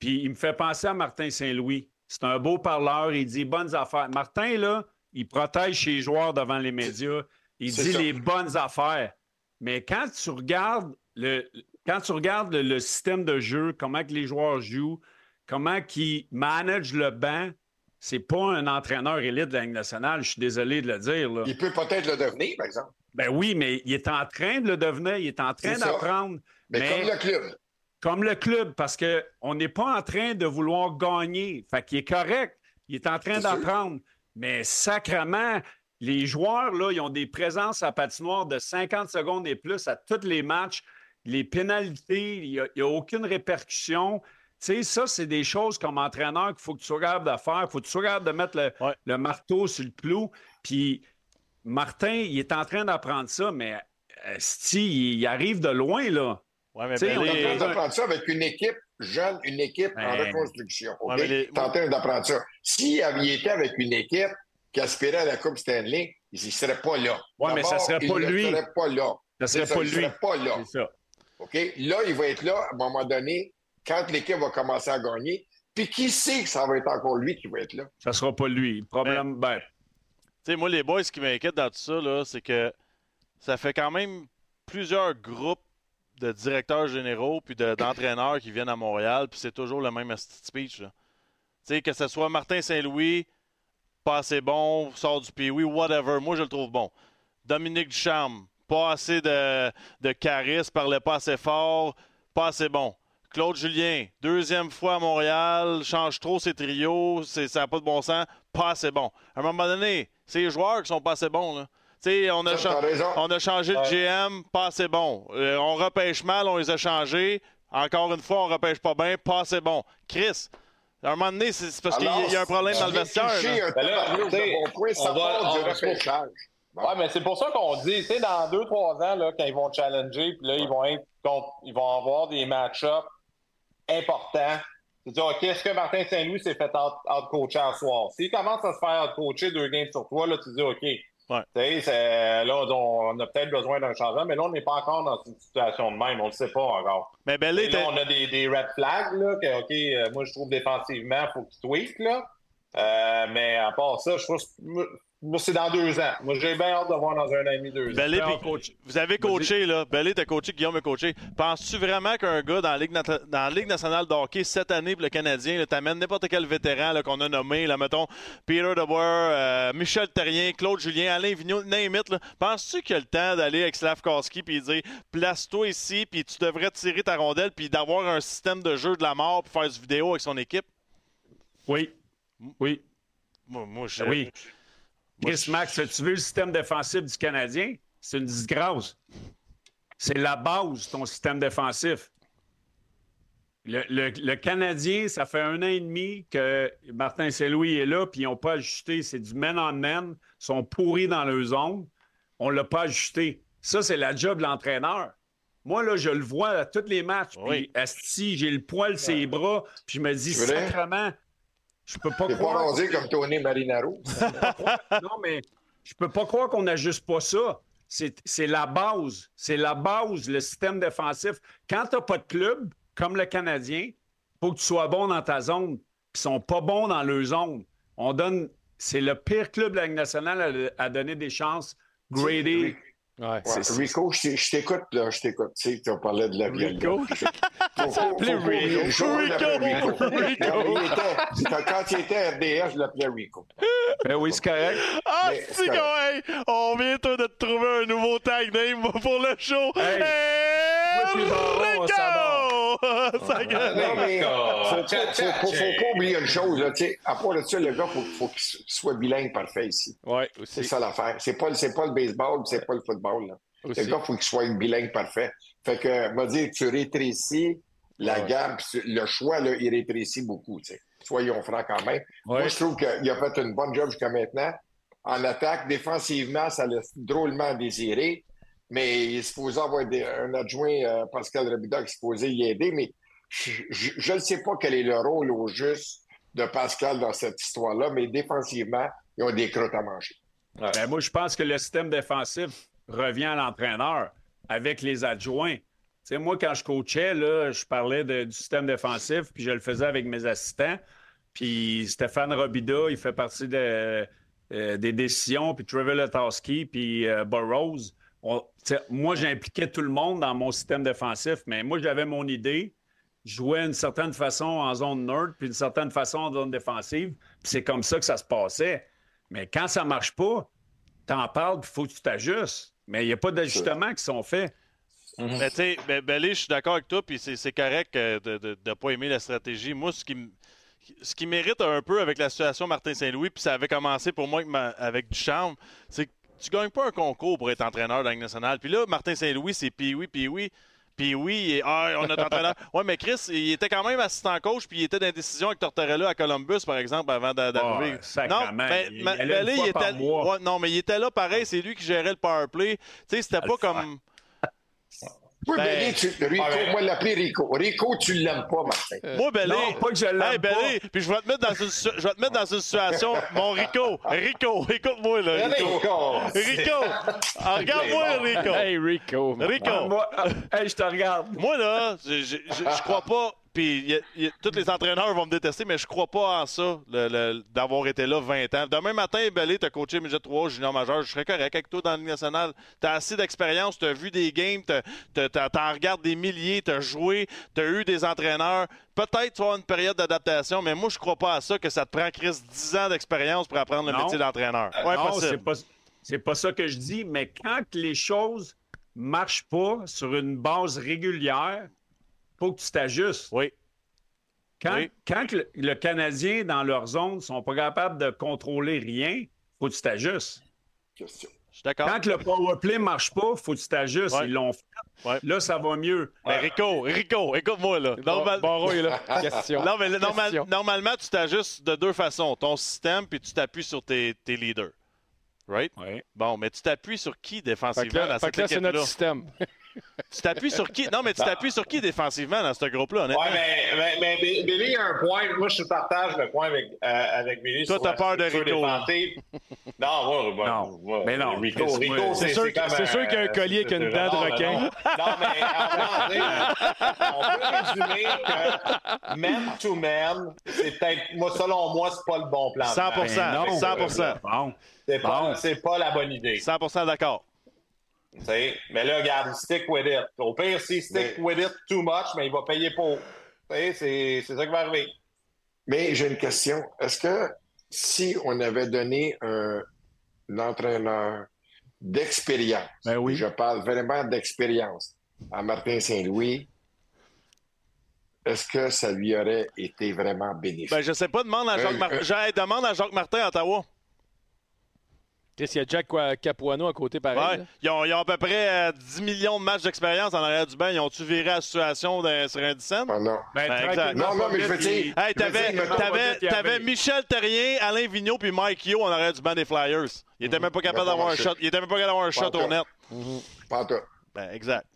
Speaker 6: puis il me fait penser à Martin Saint-Louis. C'est un beau parleur, il dit bonnes affaires. Martin, là, il protège ses joueurs devant les médias. Il
Speaker 5: c'est
Speaker 6: dit
Speaker 5: ça.
Speaker 6: les bonnes affaires. Mais quand tu regardes le, quand tu regardes le, le système de jeu, comment que les joueurs jouent, comment qu'ils managent le banc, c'est pas un entraîneur élite de la Ligue nationale, je suis désolé de le dire. là.
Speaker 5: Il peut peut-être le devenir, par exemple.
Speaker 6: Ben oui, mais il est en train de le devenir, il est en train
Speaker 5: C'est ça.
Speaker 6: d'apprendre.
Speaker 5: Mais,
Speaker 6: Mais-
Speaker 5: comme le club.
Speaker 6: Comme le club, parce qu'on n'est pas en train de vouloir gagner. Fait qu'il est correct. Il est en train
Speaker 5: C'est sûr.
Speaker 6: d'apprendre. Mais sacrement, les joueurs, là, ils ont des présences à patinoire de 50 secondes et plus à tous les matchs. Les pénalités, il n'y a, il y a aucune répercussion. Tu sais, ça, c'est des choses comme entraîneur qu'il faut que tu sois capable de faire. Il faut que tu sois capable de mettre le,
Speaker 3: Ouais.
Speaker 6: le marteau sur le clou. Puis Martin, il est en train d'apprendre ça, mais euh, si il, il arrive de loin, là.
Speaker 3: Ouais, mais ben,
Speaker 6: Tu sais, on
Speaker 5: On est
Speaker 3: Bailey-
Speaker 5: en
Speaker 6: Et-
Speaker 5: train d'apprendre ça avec une équipe jeune, une équipe en
Speaker 6: Ben-
Speaker 5: reconstruction.
Speaker 3: Ouais,
Speaker 5: OK?
Speaker 3: mais les-
Speaker 5: T'es en train d'apprendre ça. S'il avait été avec une équipe qui aspirait à la Coupe Stanley, il ne serait pas là.
Speaker 6: Ouais, mais ça
Speaker 5: D'abord,
Speaker 6: serait pas
Speaker 5: il ne
Speaker 6: lui.
Speaker 5: serait pas là.
Speaker 6: Ce serait
Speaker 5: C'est ça,
Speaker 6: pas
Speaker 5: il
Speaker 6: lui.
Speaker 5: serait pas là.
Speaker 6: C'est ça.
Speaker 5: OK? Là, il va être là à un moment donné, quand l'équipe va commencer à gagner. Puis qui sait que ça va être encore lui qui va être là?
Speaker 6: Ça sera pas lui. Problème, ben,
Speaker 3: Tu sais, moi, les boys, ce qui m'inquiète dans tout ça, là, c'est que ça fait quand même plusieurs groupes de directeurs généraux puis de- d'entraîneurs qui viennent à Montréal, puis c'est toujours le même esti de speech. là. Tu sais, que ce soit Martin Saint-Louis, pas assez bon, sort du pee whatever, moi, je le trouve bon. Dominique Ducharme, pas assez de, de charisme, parlait pas assez fort, pas assez bon. Claude Julien, deuxième fois à Montréal, change trop ses trios, c'est- ça n'a pas de bon sens, pas assez bon. À un moment donné, c'est les joueurs qui sont pas assez bons. Là. Tu sais, On, a
Speaker 5: Ça,
Speaker 3: cha-
Speaker 5: T'as raison.
Speaker 3: on a changé
Speaker 4: Ouais.
Speaker 3: de GM, pas assez bon. Euh, on repêche mal, on les a changés. Encore une fois, on repêche pas bien, pas assez bon. Chris, à un moment donné, c'est c'est parce qu'il y a- il y a un problème dans le vestiaire. là.
Speaker 5: Un
Speaker 4: Ben là,
Speaker 5: tabarnouche
Speaker 4: tu
Speaker 5: de
Speaker 4: sais,
Speaker 5: bon point, ça
Speaker 4: on va-
Speaker 5: part du
Speaker 4: on-
Speaker 5: repêchage.
Speaker 4: Ouais, mais c'est pour ça qu'on dit, tu sais, dans deux, trois ans, là, quand ils vont challenger, puis là, ils vont être contre- ils vont avoir des match-ups importants. Tu te dis, OK, est-ce que Martin Saint-Louis s'est fait out- out-coacher à soir? S'il commence à se faire out-coacher deux games sur toi, là, tu te dis, OK. Tu sais, c'est- là, on on a peut-être besoin d'un changement, mais là, on n'est pas encore dans une situation de même. On ne le sait pas encore.
Speaker 3: Mais
Speaker 4: Et
Speaker 3: Bellé,
Speaker 4: là,
Speaker 3: t'es-
Speaker 4: on a des, des red flags, là, que, OK, euh, moi, je trouve défensivement, il faut qu'il tweak, là. Euh, mais à part ça, je trouve... Moi, c'est dans deux ans. Moi, j'ai bien hâte de voir dans un an et demi, deux ans.
Speaker 3: Bellet,
Speaker 6: Super
Speaker 3: puis-
Speaker 6: coach.
Speaker 3: vous avez coaché, là. Bellet, t'as coaché, Guillaume a coaché. Penses-tu vraiment qu'un gars dans la Ligue, nata- dans la Ligue nationale de hockey cette année, pour le Canadien, là, t'amènes n'importe quel vétéran là, qu'on a nommé, là, mettons, Peter DeBoer, euh, Michel Terrien, Claude Julien, Alain Vigneault, name it, là. Penses-tu qu'il y a le temps d'aller avec Slavkowski puis dire place-toi ici, puis tu devrais tirer ta rondelle, puis d'avoir un système de jeu de la mort, puis faire du vidéo avec son équipe?
Speaker 6: Oui. Oui.
Speaker 3: Moi, moi, je-
Speaker 6: Ben Oui.
Speaker 3: Moi,
Speaker 6: Chris
Speaker 3: je-
Speaker 6: Max, tu veux le système défensif du Canadien? C'est une disgrâce. C'est la base, ton système défensif. Le, le- le Canadien, ça fait un an et demi que Martin Saint-Louis est là, puis ils n'ont pas ajusté. C'est du man-on-man. Ils sont pourris dans leur zone. On ne l'a pas ajusté. Ça, c'est la job de l'entraîneur. Moi, là, je le vois à tous les matchs.
Speaker 3: Oui.
Speaker 6: Puis, asti, j'ai le poil sur les bras, puis je me dis,
Speaker 5: C'est vrai?
Speaker 6: sacrement, je peux pas
Speaker 5: T'es pas
Speaker 6: croire.
Speaker 5: rasé comme Tony Marinaro.
Speaker 6: Non, mais je peux pas croire qu'on n'ajuste pas ça. C'est c'est la base. C'est la base, le système défensif. Quand tu pas de club, comme le Canadien, faut que tu sois bon dans ta zone. Puis ils sont pas bons dans leur zone. On donne. C'est le pire club de la Ligue nationale à, à donner des chances. Grady.
Speaker 2: Ouais.
Speaker 5: Ouais, Rico, je t'ai- je t'écoute, là, je t'écoute. Tu sais, tu as parlé de la Rico.
Speaker 2: s'appelait Rico.
Speaker 5: Rico.
Speaker 3: Rico.
Speaker 5: Quand il était- Quand il était RDS, je l'appelais Rico.
Speaker 6: Ben oui, c'est correct.
Speaker 3: Ah,
Speaker 5: Mais,
Speaker 3: c'est
Speaker 5: c'est
Speaker 3: qu'on- hey, on vient tout de te trouver un nouveau tag name pour le show.
Speaker 6: Hey.
Speaker 3: Hey,
Speaker 6: Moi, puis Baron, on s'adore.
Speaker 3: Rico! Ça
Speaker 4: Ah,
Speaker 3: gagne.
Speaker 5: Non, mais faut,
Speaker 4: D'accord.
Speaker 5: faut, faut, faut- faut pas oublier une chose. Là, tu sais, à part de ça, le gars, faut, faut qu'il soit bilingue parfait ici.
Speaker 2: Ouais,
Speaker 5: C'est
Speaker 2: aussi.
Speaker 5: ça l'affaire. C'est pas, le- c'est pas le baseball, c'est pas le football. Là. Le
Speaker 2: aussi.
Speaker 5: gars, faut qu'il soit une bilingue parfait. Fait que, on va dire, tu rétrécis la
Speaker 2: Ouais.
Speaker 5: gamme. puis tu- Le choix, là, il rétrécit beaucoup. tu sais. Soyons francs quand même. Moi, je trouve qu'il a fait une bonne job jusqu'à maintenant. En attaque, défensivement, ça laisse drôlement désiré. Mais il est supposé avoir des- un adjoint, euh, Pascal Rabida, qui est supposé y aider. Mais je- je je ne sais pas quel est le rôle au juste de Pascal dans cette histoire-là. Mais défensivement, ils ont des crottes à manger.
Speaker 6: Ben, moi, je pense que le système défensif revient à l'entraîneur avec les adjoints. Tu sais, moi, quand je coachais, là, je parlais de- du système défensif, puis je le faisais avec mes assistants. Puis Stéphane Robida, il fait partie de- euh, des décisions, puis Trevor Letowski, puis euh, Burroughs. On- tu sais, moi, j'impliquais tout le monde dans mon système défensif, mais moi, j'avais mon idée. Je jouais d'une certaine façon en zone nerd, puis d'une certaine façon en zone défensive. Puis c'est comme ça que ça se passait. Mais quand ça marche pas, t'en parles, il faut que tu t'ajustes. Mais il n'y a pas d'ajustements qui sont faits.
Speaker 3: Mais tu sais, ben, Belé, je suis d'accord avec toi, puis c'est c'est correct euh, de ne pas aimer la stratégie. Moi, ce qui m- ce qui mérite un peu avec la situation Martin Saint-Louis, puis ça avait commencé pour moi avec, ma- avec Duchamp, c'est que tu gagnes pas un concours pour être entraîneur de la Ligue nationale. Puis là, Martin Saint-Louis, c'est puis oui, puis oui. Puis oui, il est- ah, on a entraîneur. Ouais, mais Chris, il était quand même assistant coach, puis il était dans des décisions avec Tortorella à Columbus, par exemple, avant d'a- d'arriver.
Speaker 6: Ah, sacrément.
Speaker 3: mais
Speaker 6: Il-
Speaker 3: Ma-
Speaker 6: il allait une
Speaker 3: Belé,
Speaker 6: fois
Speaker 3: il
Speaker 6: par
Speaker 3: était,
Speaker 6: mois.
Speaker 3: ouais, non, mais il était là pareil, c'est lui qui gérait le power play. Tu sais, c'était pas
Speaker 6: Alpha.
Speaker 3: comme.
Speaker 5: Oui,
Speaker 3: Ben,
Speaker 5: Belly, tu, Rico,
Speaker 4: ah, ben-
Speaker 5: moi, je l'appelais Rico. Rico, tu l'aimes pas, Martin.
Speaker 3: Moi, ben Belé.
Speaker 6: Non, pas que je l'aime
Speaker 3: Hey,
Speaker 6: pas.
Speaker 3: Belé, puis je vais te mettre dans une, situ- je vais te mettre dans une situation. Mon Rico, Rico, écoute-moi, là. Euh, Rico. Rico, ah, regarde-moi, Rico.
Speaker 2: Hey, Rico. man.
Speaker 3: Rico.
Speaker 6: Ah, moi, ah, hey, je te regarde.
Speaker 3: Moi, là, je, je, je- je crois pas. Puis, y a- y a- tous les entraîneurs vont me détester, mais je crois pas en ça, le- le- d'avoir été là 20 ans. Demain matin, Belé, t'as coaché Midget 3, junior majeur, je serais correct avec toi dans la Ligue nationale. T'as assez d'expérience, t'as vu des games, t'as- t'as- t'as- t'en regardes des milliers, t'as joué, t'as eu des entraîneurs. Peut-être tu vas avoir une période d'adaptation, mais moi, je crois pas à ça que ça te prend, Chris, 10 ans d'expérience pour apprendre le
Speaker 6: Non. Euh,
Speaker 3: métier d'entraîneur. Ouais,
Speaker 6: non,
Speaker 3: possible.
Speaker 6: c'est pas, c'est pas ça que je dis, mais quand les choses marchent pas sur une base régulière, faut que tu t'ajustes.
Speaker 3: Oui.
Speaker 6: Quand,
Speaker 3: Oui.
Speaker 6: quand que le, le Canadien, dans leur zone, sont pas capables de contrôler rien, faut que tu t'ajustes.
Speaker 5: Question.
Speaker 3: Je suis d'accord.
Speaker 6: Quand que le powerplay marche pas, faut que tu t'ajustes.
Speaker 3: Ah. Ouais.
Speaker 6: Ils l'ont fait.
Speaker 3: Ouais.
Speaker 6: Là, ça va mieux.
Speaker 3: Mais Rico, Rico, écoute-moi, là. Normal-
Speaker 2: Barreau est là. Question.
Speaker 3: Non, mais le- normal-
Speaker 2: Question.
Speaker 3: normalement, tu t'ajustes de deux façons. Ton système, puis tu t'appuies sur tes, tes leaders. Right? Bon, mais tu t'appuies sur qui
Speaker 2: Fait que
Speaker 3: défensivement
Speaker 2: là,
Speaker 3: dans
Speaker 2: fait
Speaker 3: cette
Speaker 2: que là, c'est
Speaker 3: équipe-là?
Speaker 2: notre Bah. système.
Speaker 3: Tu t'appuies sur qui? Non, mais tu t'appuies sur qui défensivement dans ce groupe-là, honnêtement?
Speaker 4: Ouais, mais, mais, mais Bi- Billy a un point. Moi, je partage le point avec, euh, avec Billy.
Speaker 3: Toi,
Speaker 4: sur
Speaker 3: t'as
Speaker 4: la
Speaker 3: peur de
Speaker 4: structure
Speaker 3: Rico,
Speaker 4: défensive. Non, ouais, ouais,
Speaker 6: Non.
Speaker 4: ouais.
Speaker 6: Mais non,
Speaker 4: Rico,
Speaker 6: Chris,
Speaker 4: Rico,
Speaker 6: moi,
Speaker 4: c'est
Speaker 2: c'est sûr
Speaker 4: comme
Speaker 2: que- c'est
Speaker 4: un- euh,
Speaker 2: sûr qu'il y a un collier avec une
Speaker 4: c'est-
Speaker 2: dent de
Speaker 4: non, mais
Speaker 2: requin.
Speaker 4: Non, Non, mais en vrai, on peut résumer que man to man, c'est peut-être, moi, selon moi, c'est pas le bon plan.
Speaker 3: 100
Speaker 6: Ben non.
Speaker 3: 100
Speaker 6: Bon.
Speaker 4: C'est
Speaker 6: Bon.
Speaker 4: pas, c'est pas la bonne idée.
Speaker 3: 100 d'accord.
Speaker 4: tu sais. Mais là, regarde, stick with it. Au pire, s'il stick with it too much, mais il va payer pour. Tu sais, C'est c'est ça qui va arriver.
Speaker 5: Mais j'ai une question. Est-ce que si on avait donné un entraîneur d'expérience,
Speaker 6: Ben oui.
Speaker 5: je parle vraiment d'expérience, à Martin Saint-Louis, est-ce que ça lui aurait été vraiment bénéfique?
Speaker 3: Ben, je sais pas, demande à Jacques
Speaker 5: Euh,
Speaker 3: Martin.
Speaker 5: euh.
Speaker 3: J'ai- Demande à Jacques Martin à Ottawa.
Speaker 2: Chris, il y a Jack Qua- Capuano à côté, pareil.
Speaker 3: Ouais. Ils, ont, ils ont à peu près euh, 10 millions de matchs d'expérience en arrière du banc. Ils ont-tu viré la situation d'un- sur un 10 cents?
Speaker 5: Ah non.
Speaker 6: Ben,
Speaker 3: Ben, exact.
Speaker 6: tranquillement,
Speaker 5: Non, non, mais je veux
Speaker 6: pas vite,
Speaker 5: dire- hein?
Speaker 6: puis-
Speaker 3: Hey, t'avais,
Speaker 5: Vas-y, mettons,
Speaker 3: t'avais,
Speaker 6: vas-y, Pierre
Speaker 3: t'avais
Speaker 6: Bay.
Speaker 3: Michel Terrien, Alain Vigneault puis Mike Yo en arrière du banc des Flyers. Il était même pas capable
Speaker 5: Mettons,
Speaker 3: d'avoir un
Speaker 5: je-
Speaker 3: shot. Il était même pas capable d'avoir un shot
Speaker 5: Mettons.
Speaker 3: au net.
Speaker 5: Pas en tout.
Speaker 3: Ben, exact.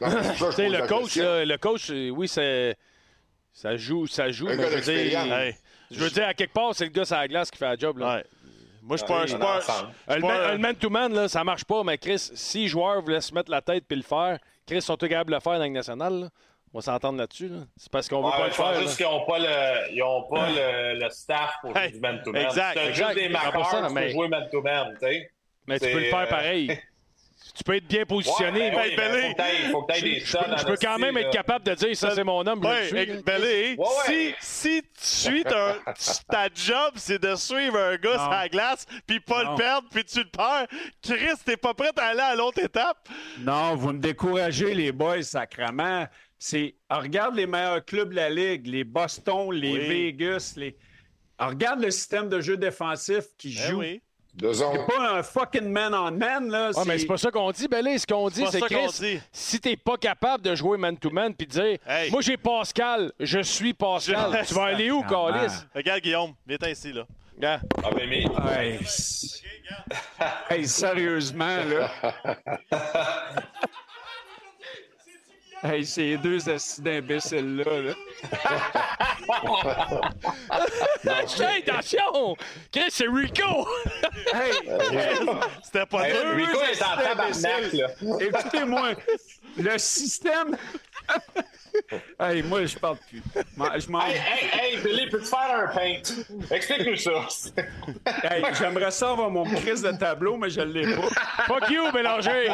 Speaker 5: Non, c'est pour ça que je
Speaker 2: Tu sais,
Speaker 5: pose
Speaker 2: le
Speaker 5: la
Speaker 2: coach,
Speaker 5: question.
Speaker 2: là, le coach, euh, oui, c'est. Ça joue, ça joue,
Speaker 5: Un
Speaker 2: mais
Speaker 5: gars
Speaker 2: je veux dire,
Speaker 5: d'expérience.
Speaker 2: hey, je veux dire, à quelque part, c'est le gars sur la glace qui fait la job. Là.
Speaker 3: Ouais. Moi, je suis pas un- je suis
Speaker 4: Ouais,
Speaker 3: pas un-
Speaker 4: ensemble.
Speaker 3: je
Speaker 2: Un
Speaker 3: suis
Speaker 2: man-
Speaker 3: pas euh,
Speaker 2: un
Speaker 3: un-
Speaker 2: man-to-man, là, ça marche pas, mais Chris, si les joueurs voulaient se mettre la tête puis le faire, Chris, sont tous capables de le faire dans la Ligue nationale. là. On va s'entendre là-dessus. là. C'est parce qu'on veut
Speaker 4: Ouais,
Speaker 2: pas
Speaker 4: mais
Speaker 2: le
Speaker 4: je pense
Speaker 2: faire.
Speaker 4: juste qu'ils n'ont pas, le, ils ont pas le, le staff pour
Speaker 3: Hey,
Speaker 4: jouer du man-to-man.
Speaker 3: exact,
Speaker 4: C'est
Speaker 2: exact.
Speaker 4: juste des
Speaker 2: 100%,
Speaker 4: marqueurs pour
Speaker 2: mais-
Speaker 4: jouer man-to-man, tu sais.
Speaker 2: Mais tu
Speaker 4: C'est,
Speaker 2: peux le faire
Speaker 4: euh,
Speaker 2: pareil. tu peux être bien positionné.
Speaker 4: Ouais, ben
Speaker 2: mais
Speaker 4: oui, mais faut que t'ailles- faut que t'ailles des
Speaker 2: je,
Speaker 4: shots
Speaker 2: peux- je
Speaker 4: en
Speaker 2: peux quand
Speaker 4: esti,
Speaker 2: même être
Speaker 4: là.
Speaker 2: capable de dire ça, c'est mon homme. je le
Speaker 3: Ouais,
Speaker 2: suis,
Speaker 3: ex-
Speaker 2: là.
Speaker 3: ben, Lé,
Speaker 4: Ouais, ouais.
Speaker 3: Si, si tu suis un- tu- ta job, c'est de suivre un gars
Speaker 6: Non.
Speaker 3: sur la glace, puis pas
Speaker 6: Non.
Speaker 3: le perdre, puis tu le perds, Chris, t'es pas prêt à aller à l'autre étape?
Speaker 6: Non, vous me découragez, les boys, sacrement. C'est... ah, Regarde les meilleurs clubs de la Ligue, les Boston, les
Speaker 3: Oui.
Speaker 6: Vegas, les... Ah, Regarde le système de jeu défensif qui
Speaker 3: Ben
Speaker 6: joue.
Speaker 3: oui.
Speaker 5: Deux
Speaker 6: C'est
Speaker 5: ans.
Speaker 6: pas un fucking man-on-man, là.
Speaker 2: Ah, mais c'est pas ça qu'on dit, Belé. Ce qu'on dit,
Speaker 3: pas
Speaker 2: c'est
Speaker 3: ça qu'on
Speaker 2: Chris,
Speaker 3: dit.
Speaker 2: si t'es pas capable de jouer man-to-man puis de dire
Speaker 3: Hey.
Speaker 2: Moi, j'ai Pascal, je suis Pascal.
Speaker 3: Je-
Speaker 2: Tu vas aller où,
Speaker 6: Ah,
Speaker 2: Calis?
Speaker 3: Regarde, Guillaume, viens ici, là.
Speaker 2: Regarde.
Speaker 4: Ah, ben, mais-
Speaker 6: Hey, s- hey, sérieusement, là. hey, ces deux assis d'imbéciles-là, là.
Speaker 2: Hey, attention! Chris, c'est Rico!
Speaker 6: Hey,
Speaker 3: C'était pas
Speaker 4: Hey,
Speaker 3: dur.
Speaker 4: Rico est en
Speaker 6: c'est
Speaker 4: tabarnak,
Speaker 6: imbécile.
Speaker 4: là.
Speaker 6: écoutez-moi, le système... hey, moi, je parle plus. M'en- Je m'en...
Speaker 4: Hey, hey, hey, Billy, peux-tu faire un paint? Explique-nous ça.
Speaker 6: Hey, j'aimerais ça avoir mon crise de tableau, mais je l'ai pas.
Speaker 2: Fuck you, Bélanger!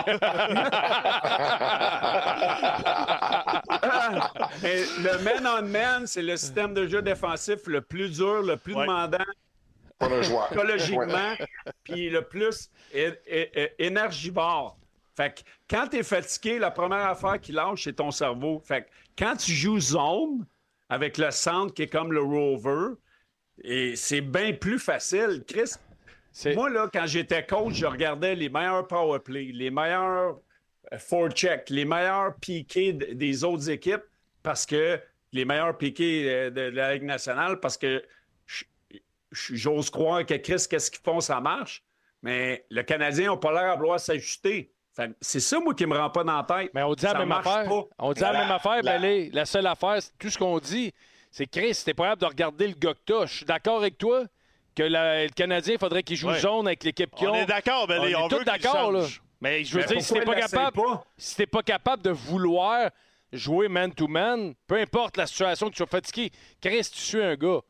Speaker 6: Et le man-on-man, c'est le système de jeu défensif le plus dur, le plus
Speaker 3: Ouais.
Speaker 6: demandant
Speaker 5: Pour un joueur.
Speaker 6: psychologiquement, puis le plus é- é- é- énergivore. Fait que quand t'es fatigué, la première affaire qui lâche, c'est ton cerveau. Fait que quand tu joues zone avec le centre qui est comme le rover, et c'est bien plus facile. Chris,
Speaker 2: C'est-
Speaker 6: moi, là, quand j'étais coach, je regardais les meilleurs power play, les meilleurs euh, forecheck, les meilleurs piquets d- des autres équipes, parce que les meilleurs piquets euh, de, de la Ligue nationale, parce que j- j- j'ose croire que Chris, qu'est-ce qu'ils font, ça marche. Mais le Canadien n'a pas l'air à vouloir s'ajuster. Fait- C'est ça, moi, qui me rend pas dans la tête.
Speaker 2: Mais on dit la
Speaker 6: Ça
Speaker 2: même
Speaker 6: marche
Speaker 2: affaire.
Speaker 6: pas.
Speaker 2: On dit la,
Speaker 4: La-
Speaker 2: même affaire,
Speaker 4: la-
Speaker 2: Belé. La seule affaire, c'est tout ce qu'on dit, c'est Chris, t'es pas capable de regarder le gars que t'as. Je suis d'accord avec toi que la- le Canadien, faudrait qu'il joue
Speaker 3: Ouais.
Speaker 2: zone avec l'équipe qui
Speaker 3: On est d'accord, Belé.
Speaker 2: On
Speaker 3: On,
Speaker 2: est
Speaker 3: veut
Speaker 2: tous
Speaker 3: qu'il
Speaker 2: d'accord, là.
Speaker 3: change.
Speaker 2: Mais je veux
Speaker 6: Mais
Speaker 2: dire, si t'es pas
Speaker 6: pourquoi il l'essaie
Speaker 2: capable,
Speaker 6: pas?
Speaker 2: si t'es pas capable de vouloir jouer man-to-man, peu importe la situation que tu sois fatigué, Chris, tu suis un gars.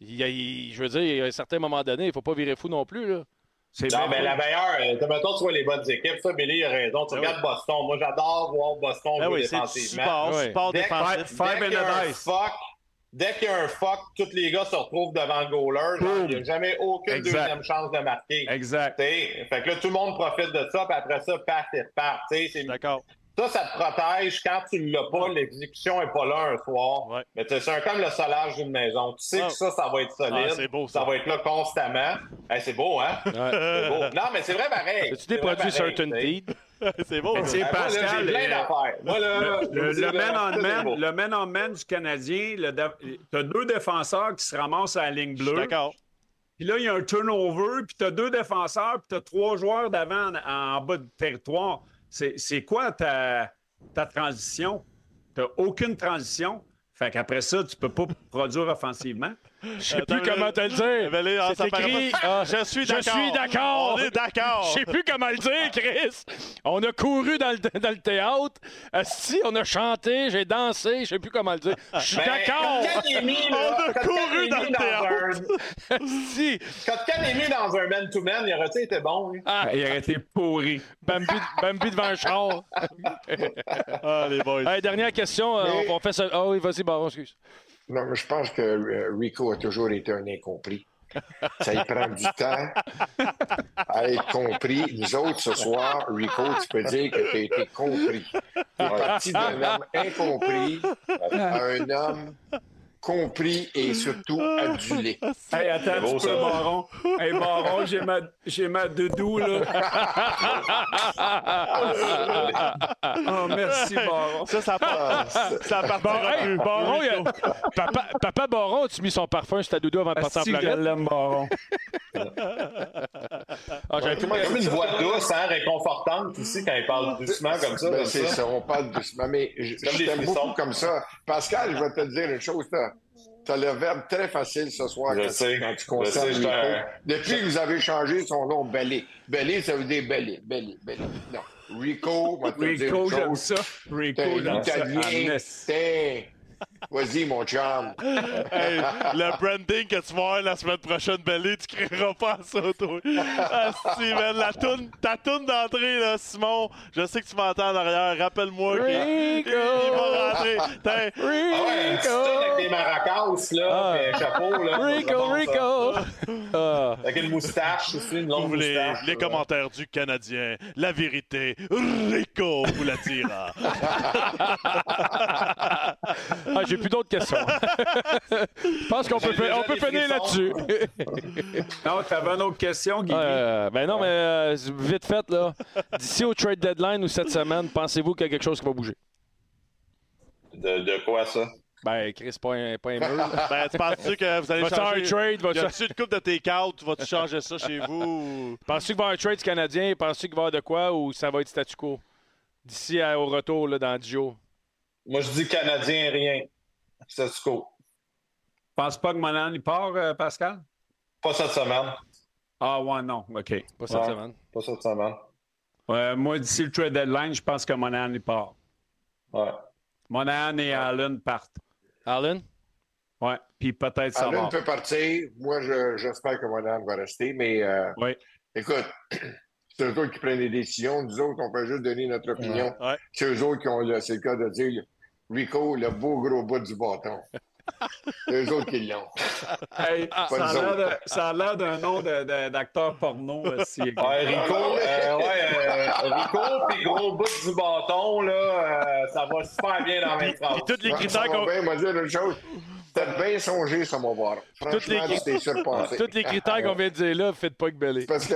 Speaker 2: Il y a- il- je veux dire, à un certain moment donné, il faut pas virer fou non plus. Là.
Speaker 6: C'est
Speaker 4: Non,
Speaker 6: bien
Speaker 4: mais la meilleure, euh, t'as- mettons, tu vois les bonnes équipes. Ça, Billy, il a raison. Tu
Speaker 3: Ben
Speaker 4: regardes Boston. Moi, j'adore voir Boston
Speaker 3: Ben
Speaker 4: jouer
Speaker 3: oui, c'est du
Speaker 4: défensivement.
Speaker 3: support,
Speaker 2: Ouais.
Speaker 3: support
Speaker 4: Dès-
Speaker 3: défensif.
Speaker 6: Faire
Speaker 4: Dès qu'il y a un
Speaker 6: Benedès.
Speaker 4: fuck, dès qu'il y a un fuck, tous les gars se retrouvent devant le goaler.
Speaker 6: Boom.
Speaker 4: Il n'y a jamais aucune
Speaker 6: Exact.
Speaker 4: deuxième chance de marquer.
Speaker 6: Exact.
Speaker 4: T'sais, fait que là, tout le monde profite de ça, puis après ça, paf et repart. T'sais, c'est-
Speaker 3: D'accord.
Speaker 4: Ça, ça te protège. Quand tu l'as pas, l'exécution est pas là un soir.
Speaker 3: Ouais.
Speaker 4: Mais t'sais, c'est un- comme le solage d'une maison. Tu sais
Speaker 3: Ouais.
Speaker 4: que ça, ça va être solide.
Speaker 3: Ah, c'est beau, ça.
Speaker 4: va être là constamment. Hey, c'est beau, hein? C'est beau. Non, mais c'est vrai pareil.
Speaker 2: As-tu des produits Certainty?
Speaker 3: C'est beau.
Speaker 6: Mais tu sais,
Speaker 3: ça.
Speaker 4: Pascal,
Speaker 6: Pascal,
Speaker 4: j'ai plein
Speaker 6: euh,
Speaker 4: d'affaires. Moi, là, je
Speaker 6: Le,
Speaker 4: vous dis,
Speaker 6: le
Speaker 4: là, ça, c'est beau.
Speaker 6: man-on-man le man-on-man du Canadien, le dé- t'as deux défenseurs qui se ramassent à la ligne
Speaker 3: Je suis
Speaker 6: bleue.
Speaker 3: D'accord.
Speaker 6: Puis là, il y a un turnover, puis t'as deux défenseurs, puis t'as trois joueurs d'avant en, en bas de territoire. C'est c'est quoi ta, ta transition? T'as aucune transition. Fait qu'après ça, tu peux pas produire offensivement.
Speaker 2: Je sais plus comment te le dire.
Speaker 3: Bellé, ah,
Speaker 2: C'est
Speaker 3: ça paraît
Speaker 2: écrit,
Speaker 3: pas.
Speaker 2: ah,
Speaker 3: Je suis
Speaker 2: je
Speaker 3: d'accord.
Speaker 2: suis d'accord.
Speaker 3: On est d'accord.
Speaker 2: Je sais plus comment le dire, Chris. On a couru dans le, dans le théâtre. Asti, on a chanté, j'ai dansé, je sais plus comment le dire. Je suis
Speaker 4: Ben,
Speaker 2: d'accord.
Speaker 4: Kotkan est mis, là,
Speaker 3: On a
Speaker 4: Kotkan
Speaker 3: couru
Speaker 4: est
Speaker 3: dans
Speaker 4: mis
Speaker 3: le théâtre.
Speaker 4: un-
Speaker 2: Asti.
Speaker 4: Kotkan est mis dans un man-to-man, il aurait été était bon. lui.
Speaker 2: Ah,
Speaker 6: Il aurait été pourri.
Speaker 2: Bambi, Bambi devant le char.
Speaker 3: Ah, les boys.
Speaker 2: Hey, dernière question. euh,
Speaker 5: Mais-
Speaker 2: On, on fait ça. Ah oui, vas-y, Baron, excuse.
Speaker 5: Non, mais je pense que euh, Rico a toujours été un incompris. Ça y prend du temps à être compris. Nous autres, ce soir, Rico, tu peux dire que tu as été compris. Tu es parti d'un homme incompris à un homme compris et surtout adulé.
Speaker 6: Hey, attends un
Speaker 4: beau,
Speaker 6: petit peu,
Speaker 4: ça.
Speaker 6: Baron. Hey, Baron, j'ai ma, j'ai ma doudou, là.
Speaker 2: Ah,
Speaker 6: Oh, merci, Baron.
Speaker 3: Ça, ça
Speaker 5: Ah,
Speaker 3: part.
Speaker 5: ça-
Speaker 3: Ça part
Speaker 2: Bon, hey, Baron, il y a- papa, papa Baron, tu mis son parfum sur ta doudou avant de partir en
Speaker 6: Asti, je
Speaker 2: Floride?
Speaker 6: l'aime, Baron.
Speaker 2: Ah, j'avais plus-
Speaker 4: Comme une voix douce, hein, réconfortante aussi, quand il parle doucement Ah, comme ça.
Speaker 5: Ben,
Speaker 4: comme
Speaker 5: c'est
Speaker 4: ça.
Speaker 5: ça, on parle doucement. Mais je,
Speaker 4: Comme
Speaker 5: je
Speaker 4: des
Speaker 5: t'aime
Speaker 4: frissons.
Speaker 5: beaucoup comme ça. Pascal, je vais te dire une chose. Tu as le verbe très facile ce soir
Speaker 4: Je
Speaker 5: quand,
Speaker 4: sais,
Speaker 5: quand tu
Speaker 4: je
Speaker 5: concernes
Speaker 4: sais, je
Speaker 5: Nico.
Speaker 4: t'ai-
Speaker 5: Depuis que vous avez changé son nom, Belé. Belé, ça veut dire Belé, Belé, Belé. Non, Rico, je vais te dire
Speaker 6: Rico,
Speaker 5: une
Speaker 6: j'aime
Speaker 5: chose.
Speaker 6: ça. Rico,
Speaker 5: T'es
Speaker 6: j'aime ça.
Speaker 5: italien.
Speaker 6: Ernest.
Speaker 5: T'es... Vas-y, mon chum.
Speaker 3: Hey, le branding que tu vas avoir la semaine prochaine, Belly, tu créeras pas à ça, toi. Asti, man, la toune, ta toune d'entrée, là, Simon, je sais que tu m'entends en arrière. Rappelle-moi qu'il il- il va rentrer. T'es-
Speaker 4: Ah ouais, un petit tonne avec des maracas, là,
Speaker 2: Ah.
Speaker 4: mais chapeau, là.
Speaker 2: Rico,
Speaker 4: vraiment, ça.
Speaker 2: Rico! Ah.
Speaker 4: Avec une moustache aussi, une longue
Speaker 3: Ouvre les,
Speaker 4: moustache.
Speaker 3: les
Speaker 4: là.
Speaker 3: commentaires du Canadien. La vérité, Rico vous la dira.
Speaker 2: Ah, j'ai plus d'autres questions. Je pense qu'on peut,
Speaker 4: J'ai déjà
Speaker 2: on peut
Speaker 4: des
Speaker 2: finir là-dessus.
Speaker 4: frissons.
Speaker 6: Non, t'avais une autre question, Guy.
Speaker 2: Euh, ben non, mais euh, vite fait, là. D'ici au trade deadline ou cette semaine, pensez-vous qu'il y a quelque chose qui va bouger?
Speaker 4: De, de quoi ça?
Speaker 2: Ben, Chris, pas un, pas un mur.
Speaker 3: Ben, tu penses-tu que vous allez
Speaker 2: Va-tu avoir un
Speaker 3: changer...
Speaker 2: trade?
Speaker 3: Y
Speaker 2: Va-tu
Speaker 3: a-tu une coupe de tes cartes? Vas-tu changer ça chez vous?
Speaker 2: penses-tu qu'il va y avoir un trade canadien? Penses-tu qu'il va y avoir de quoi ou ça va être statu quo? D'ici à- au retour, là, dans Dio.
Speaker 4: Moi, je dis Canadien, rien. C'est ce qu'on-
Speaker 6: Pense pas que Monan, il part, euh, Pascal?
Speaker 4: Pas cette semaine.
Speaker 6: Ah, ouais, non. OK.
Speaker 2: Pas cette
Speaker 4: Ouais.
Speaker 2: semaine.
Speaker 4: Pas cette semaine.
Speaker 6: Ouais, moi, d'ici le trade deadline, je pense que Monan, il part.
Speaker 4: Ouais.
Speaker 6: Monahan et Allen partent.
Speaker 2: Allen?
Speaker 6: Ouais, puis peut-être ça
Speaker 5: Allen
Speaker 6: va.
Speaker 5: peut partir. Moi, je- j'espère que mon âme va rester. Mais euh,
Speaker 6: Oui.
Speaker 5: écoute, c'est eux autres qui prennent les décisions. Nous autres, on peut juste donner notre opinion.
Speaker 3: Ouais.
Speaker 5: C'est eux autres qui ont, le- c'est le cas de dire, Rico, le beau gros bout du bâton. c'est eux autres qui l'ont.
Speaker 6: Hey, ça a
Speaker 5: nous
Speaker 6: l'air de- ça a l'air d'un nom de- de- d'acteur porno. euh, si-
Speaker 5: Ah,
Speaker 4: Ouais, Rico, euh, ouais, euh, Rico, puis gros bout du bâton, là, euh, ça va super bien dans mes phrases.
Speaker 2: Et tous les
Speaker 5: Ouais,
Speaker 2: critères
Speaker 5: ça va
Speaker 2: qu'on.
Speaker 5: bien, moi, dire une chose. T'as bien songé, ça, mon bar. Franchement,
Speaker 2: les-
Speaker 5: tu t'es surpassé.
Speaker 2: Tous les critères qu'on vient de dire là, faites pas que belé.
Speaker 5: Parce que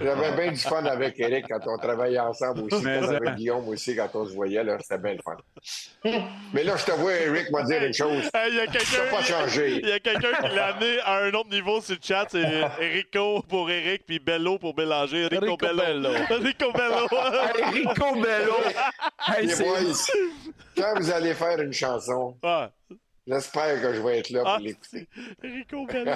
Speaker 5: j'avais bien du fun avec Eric quand on travaillait ensemble aussi,
Speaker 6: Mais,
Speaker 5: puis
Speaker 6: euh,
Speaker 5: avec Guillaume aussi quand on se voyait, là, c'était bien le fun. Mais là, je te vois, Eric, m'a dire une chose.
Speaker 3: Hey, Il y a quelqu'un
Speaker 5: pas changé.
Speaker 3: il y a quelqu'un qui l'a amené à un autre niveau sur le chat. C'est Rico pour Eric, puis Bello pour Bélanger. Rico,
Speaker 2: Rico
Speaker 3: Bello. Rico Bello.
Speaker 6: Hey, Rico Bello! Hey,
Speaker 5: Les
Speaker 6: c'est-
Speaker 5: boys, quand vous allez faire une chanson,
Speaker 3: Ah,
Speaker 5: j'espère que je vais être là pour
Speaker 3: ah,
Speaker 5: l'écouter.
Speaker 3: Rico Bello.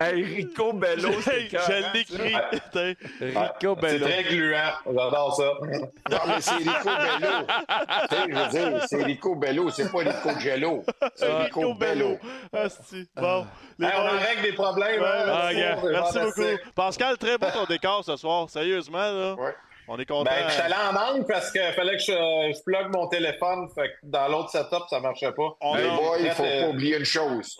Speaker 6: hey, Rico Bello, c'est hein,
Speaker 3: Hey,
Speaker 6: carré.
Speaker 3: je l'écris. Putain.
Speaker 2: Rico
Speaker 4: C'est
Speaker 2: Bello.
Speaker 4: très gluant. J'adore ça.
Speaker 5: Non, mais c'est Rico Bello. Tu sais, je veux dire, c'est Rico Bello, c'est pas Rico Gello. C'est
Speaker 3: Ah.
Speaker 5: Rico Bello.
Speaker 3: Asti. Ah, Bon. les
Speaker 4: Hey, on en
Speaker 3: boys.
Speaker 4: règle des problèmes.
Speaker 3: Ouais,
Speaker 4: hein,
Speaker 3: merci,
Speaker 6: Ah,
Speaker 4: c'est
Speaker 2: gars.
Speaker 4: bon,
Speaker 3: Ah,
Speaker 4: c'est
Speaker 3: merci
Speaker 4: fantastique.
Speaker 3: beaucoup. Pascal, très beau ton décor ce soir. Sérieusement, là.
Speaker 5: Ouais.
Speaker 3: On est content.
Speaker 4: Ben, je suis allé en manque parce qu'il fallait que je, je plug mon téléphone. Fait que dans l'autre setup, ça marchait pas.
Speaker 3: On
Speaker 5: Les
Speaker 3: a-
Speaker 5: boys, il faut
Speaker 4: euh,
Speaker 5: pas oublier une chose.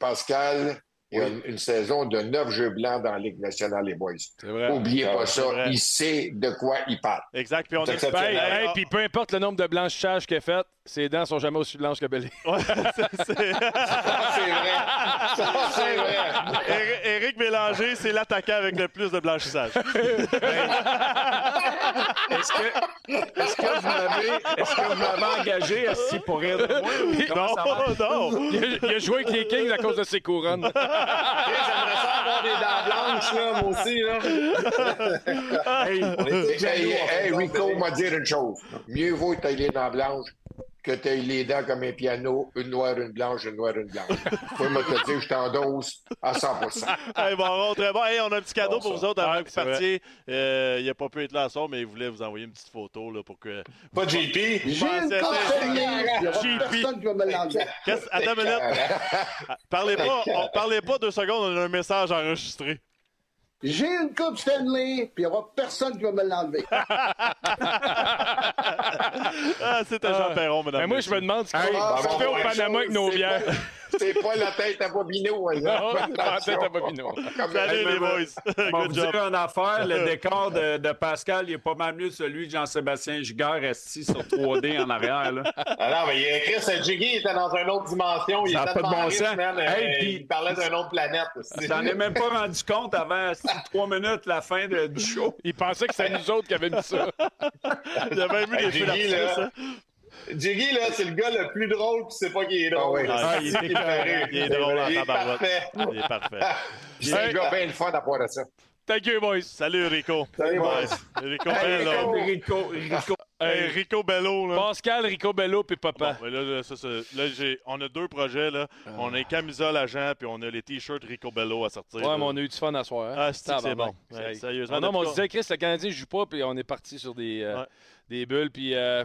Speaker 5: Pascal, il y a une, une saison de neuf jeux blancs dans la Ligue nationale, les boys.
Speaker 2: C'est vrai.
Speaker 5: Oubliez
Speaker 4: Ah,
Speaker 5: pas
Speaker 4: c'est
Speaker 5: ça.
Speaker 3: vrai.
Speaker 5: Il sait de quoi il parle.
Speaker 3: Exact. Puis on
Speaker 4: C'est
Speaker 3: est.
Speaker 4: exceptionnel.
Speaker 2: Hey, hey,
Speaker 3: ah.
Speaker 2: puis peu importe le nombre de blanchissages qu'il a fait, ses dents sont jamais aussi blanches que Belé.
Speaker 3: Ouais, c'est- c'est-
Speaker 4: Ah, c'est vrai. Ah, c'est vrai.
Speaker 3: Éric- Éric Bélanger, c'est l'attaquant avec le plus de blanchissage.
Speaker 6: Est-ce que, est-ce que vous m'avez est-ce que vous m'avez engagé esti, pour rire de moi? ou comment
Speaker 3: Non,
Speaker 6: ça marche?
Speaker 3: non.
Speaker 2: Il a, il a joué avec les Kings à cause de ses couronnes.
Speaker 4: Hey, J'aimerais ça avoir des dents blanches, là, moi aussi. Là.
Speaker 6: Hey,
Speaker 4: On est tous
Speaker 5: Hey,
Speaker 4: jaloux, en
Speaker 5: hey,
Speaker 4: fait,
Speaker 5: Rico
Speaker 4: donc,
Speaker 5: m'a dit une chose. Mieux vaut tailler dans la blanche que tu aies les dents comme un piano, une noire, une blanche, une noire, une blanche. Faut me te dire, je t'endosse à 100
Speaker 3: Hey, bon, très bon. Hey, on a un petit cadeau
Speaker 5: Bon,
Speaker 3: pour
Speaker 5: ça.
Speaker 3: vous autres avant
Speaker 2: Ouais,
Speaker 3: que vous
Speaker 2: c'est vrai.
Speaker 3: partiez. Euh, il n'a pas pu être là ce soir, mais il voulait vous envoyer une petite photo là, pour que.
Speaker 4: Pas JP.
Speaker 1: J'ai une
Speaker 3: pensais-
Speaker 1: carte derrière. Il y aura
Speaker 3: JP.
Speaker 1: personne qui va me l'enlever.
Speaker 3: Qu'est-ce- Attends une minute. Parlez pas, on, parlez pas deux secondes, on a un message enregistré.
Speaker 1: J'ai une coupe Stanley, puis il n'y aura personne qui va me l'enlever.
Speaker 3: Ah, c'était Jean Perron, madame.
Speaker 2: Ben moi, je me demande ce qu'on
Speaker 5: Ah,
Speaker 2: ce qu'on
Speaker 5: bon,
Speaker 2: fait au
Speaker 5: ouais,
Speaker 2: Panama
Speaker 5: chose,
Speaker 2: avec nos
Speaker 5: c'est
Speaker 2: bières.
Speaker 5: C'est pas la tête à Bobino. hein,
Speaker 2: Non,
Speaker 5: là.
Speaker 2: c'est pas la tête à Bobino.
Speaker 5: Comme-
Speaker 3: Salut les boys.
Speaker 6: On va
Speaker 3: Good
Speaker 6: vous
Speaker 3: job.
Speaker 6: dire une affaire, le décor de, de Pascal il est pas mal mieux que celui de Jean-Sébastien Giguère assis sur 3D en arrière. Là.
Speaker 4: Alors, Ah mais il y a Chris euh, Jiggy il était dans une autre dimension. Il
Speaker 6: Ça a
Speaker 4: était
Speaker 6: pas de
Speaker 4: tellement
Speaker 6: bon
Speaker 4: riche,
Speaker 6: sens.
Speaker 4: man, euh,
Speaker 6: Hey, puis-
Speaker 4: Il parlait d'une autre planète. aussi.
Speaker 6: T'en es même pas rendu compte avant six, trois minutes la fin de- du show.
Speaker 2: Ils pensaient que c'était nous autres qui avions mis ça.
Speaker 3: Il y a même eu des
Speaker 4: Hey,
Speaker 3: feux
Speaker 4: Jiggy,
Speaker 3: d'artifice. hein.
Speaker 4: là, Jiggy, là, c'est le gars le plus drôle qui sait pas qu'il est drôle.
Speaker 5: Ah ouais.
Speaker 3: Ah, il est
Speaker 4: C'est
Speaker 3: écœurant. Il est drôle en
Speaker 4: Il est
Speaker 3: tabarouette.
Speaker 4: parfait.
Speaker 3: Il est parfait.
Speaker 5: C'est un gars bien le fun à part à ça.
Speaker 2: Thank you, boys.
Speaker 3: Salut Rico.
Speaker 5: Salut, boys.
Speaker 3: Rico
Speaker 6: Hey,
Speaker 3: Bello.
Speaker 6: Rico, Rico.
Speaker 3: Hey, Rico Bello, là.
Speaker 2: Pascal, Ricobello puis
Speaker 3: Bon,
Speaker 2: papa.
Speaker 3: ben là, là, ça, ça- là, j'ai- on a deux projets. Là. On a les camisoles à Jean, puis on a les t-shirts Rico Bello à sortir.
Speaker 2: Ouais,
Speaker 3: là.
Speaker 2: mais on a eu du fun à soir. hein?
Speaker 3: Ah, c'est-tu que c'est
Speaker 2: Tabarnak. Ah,
Speaker 3: bon. Ouais, sérieusement,
Speaker 2: Non, non, mais on
Speaker 3: depuis-
Speaker 2: se disait, Chris, le Canadien joue pas, puis on est parti sur des, euh,
Speaker 3: Ouais.
Speaker 2: des bulles, puis euh,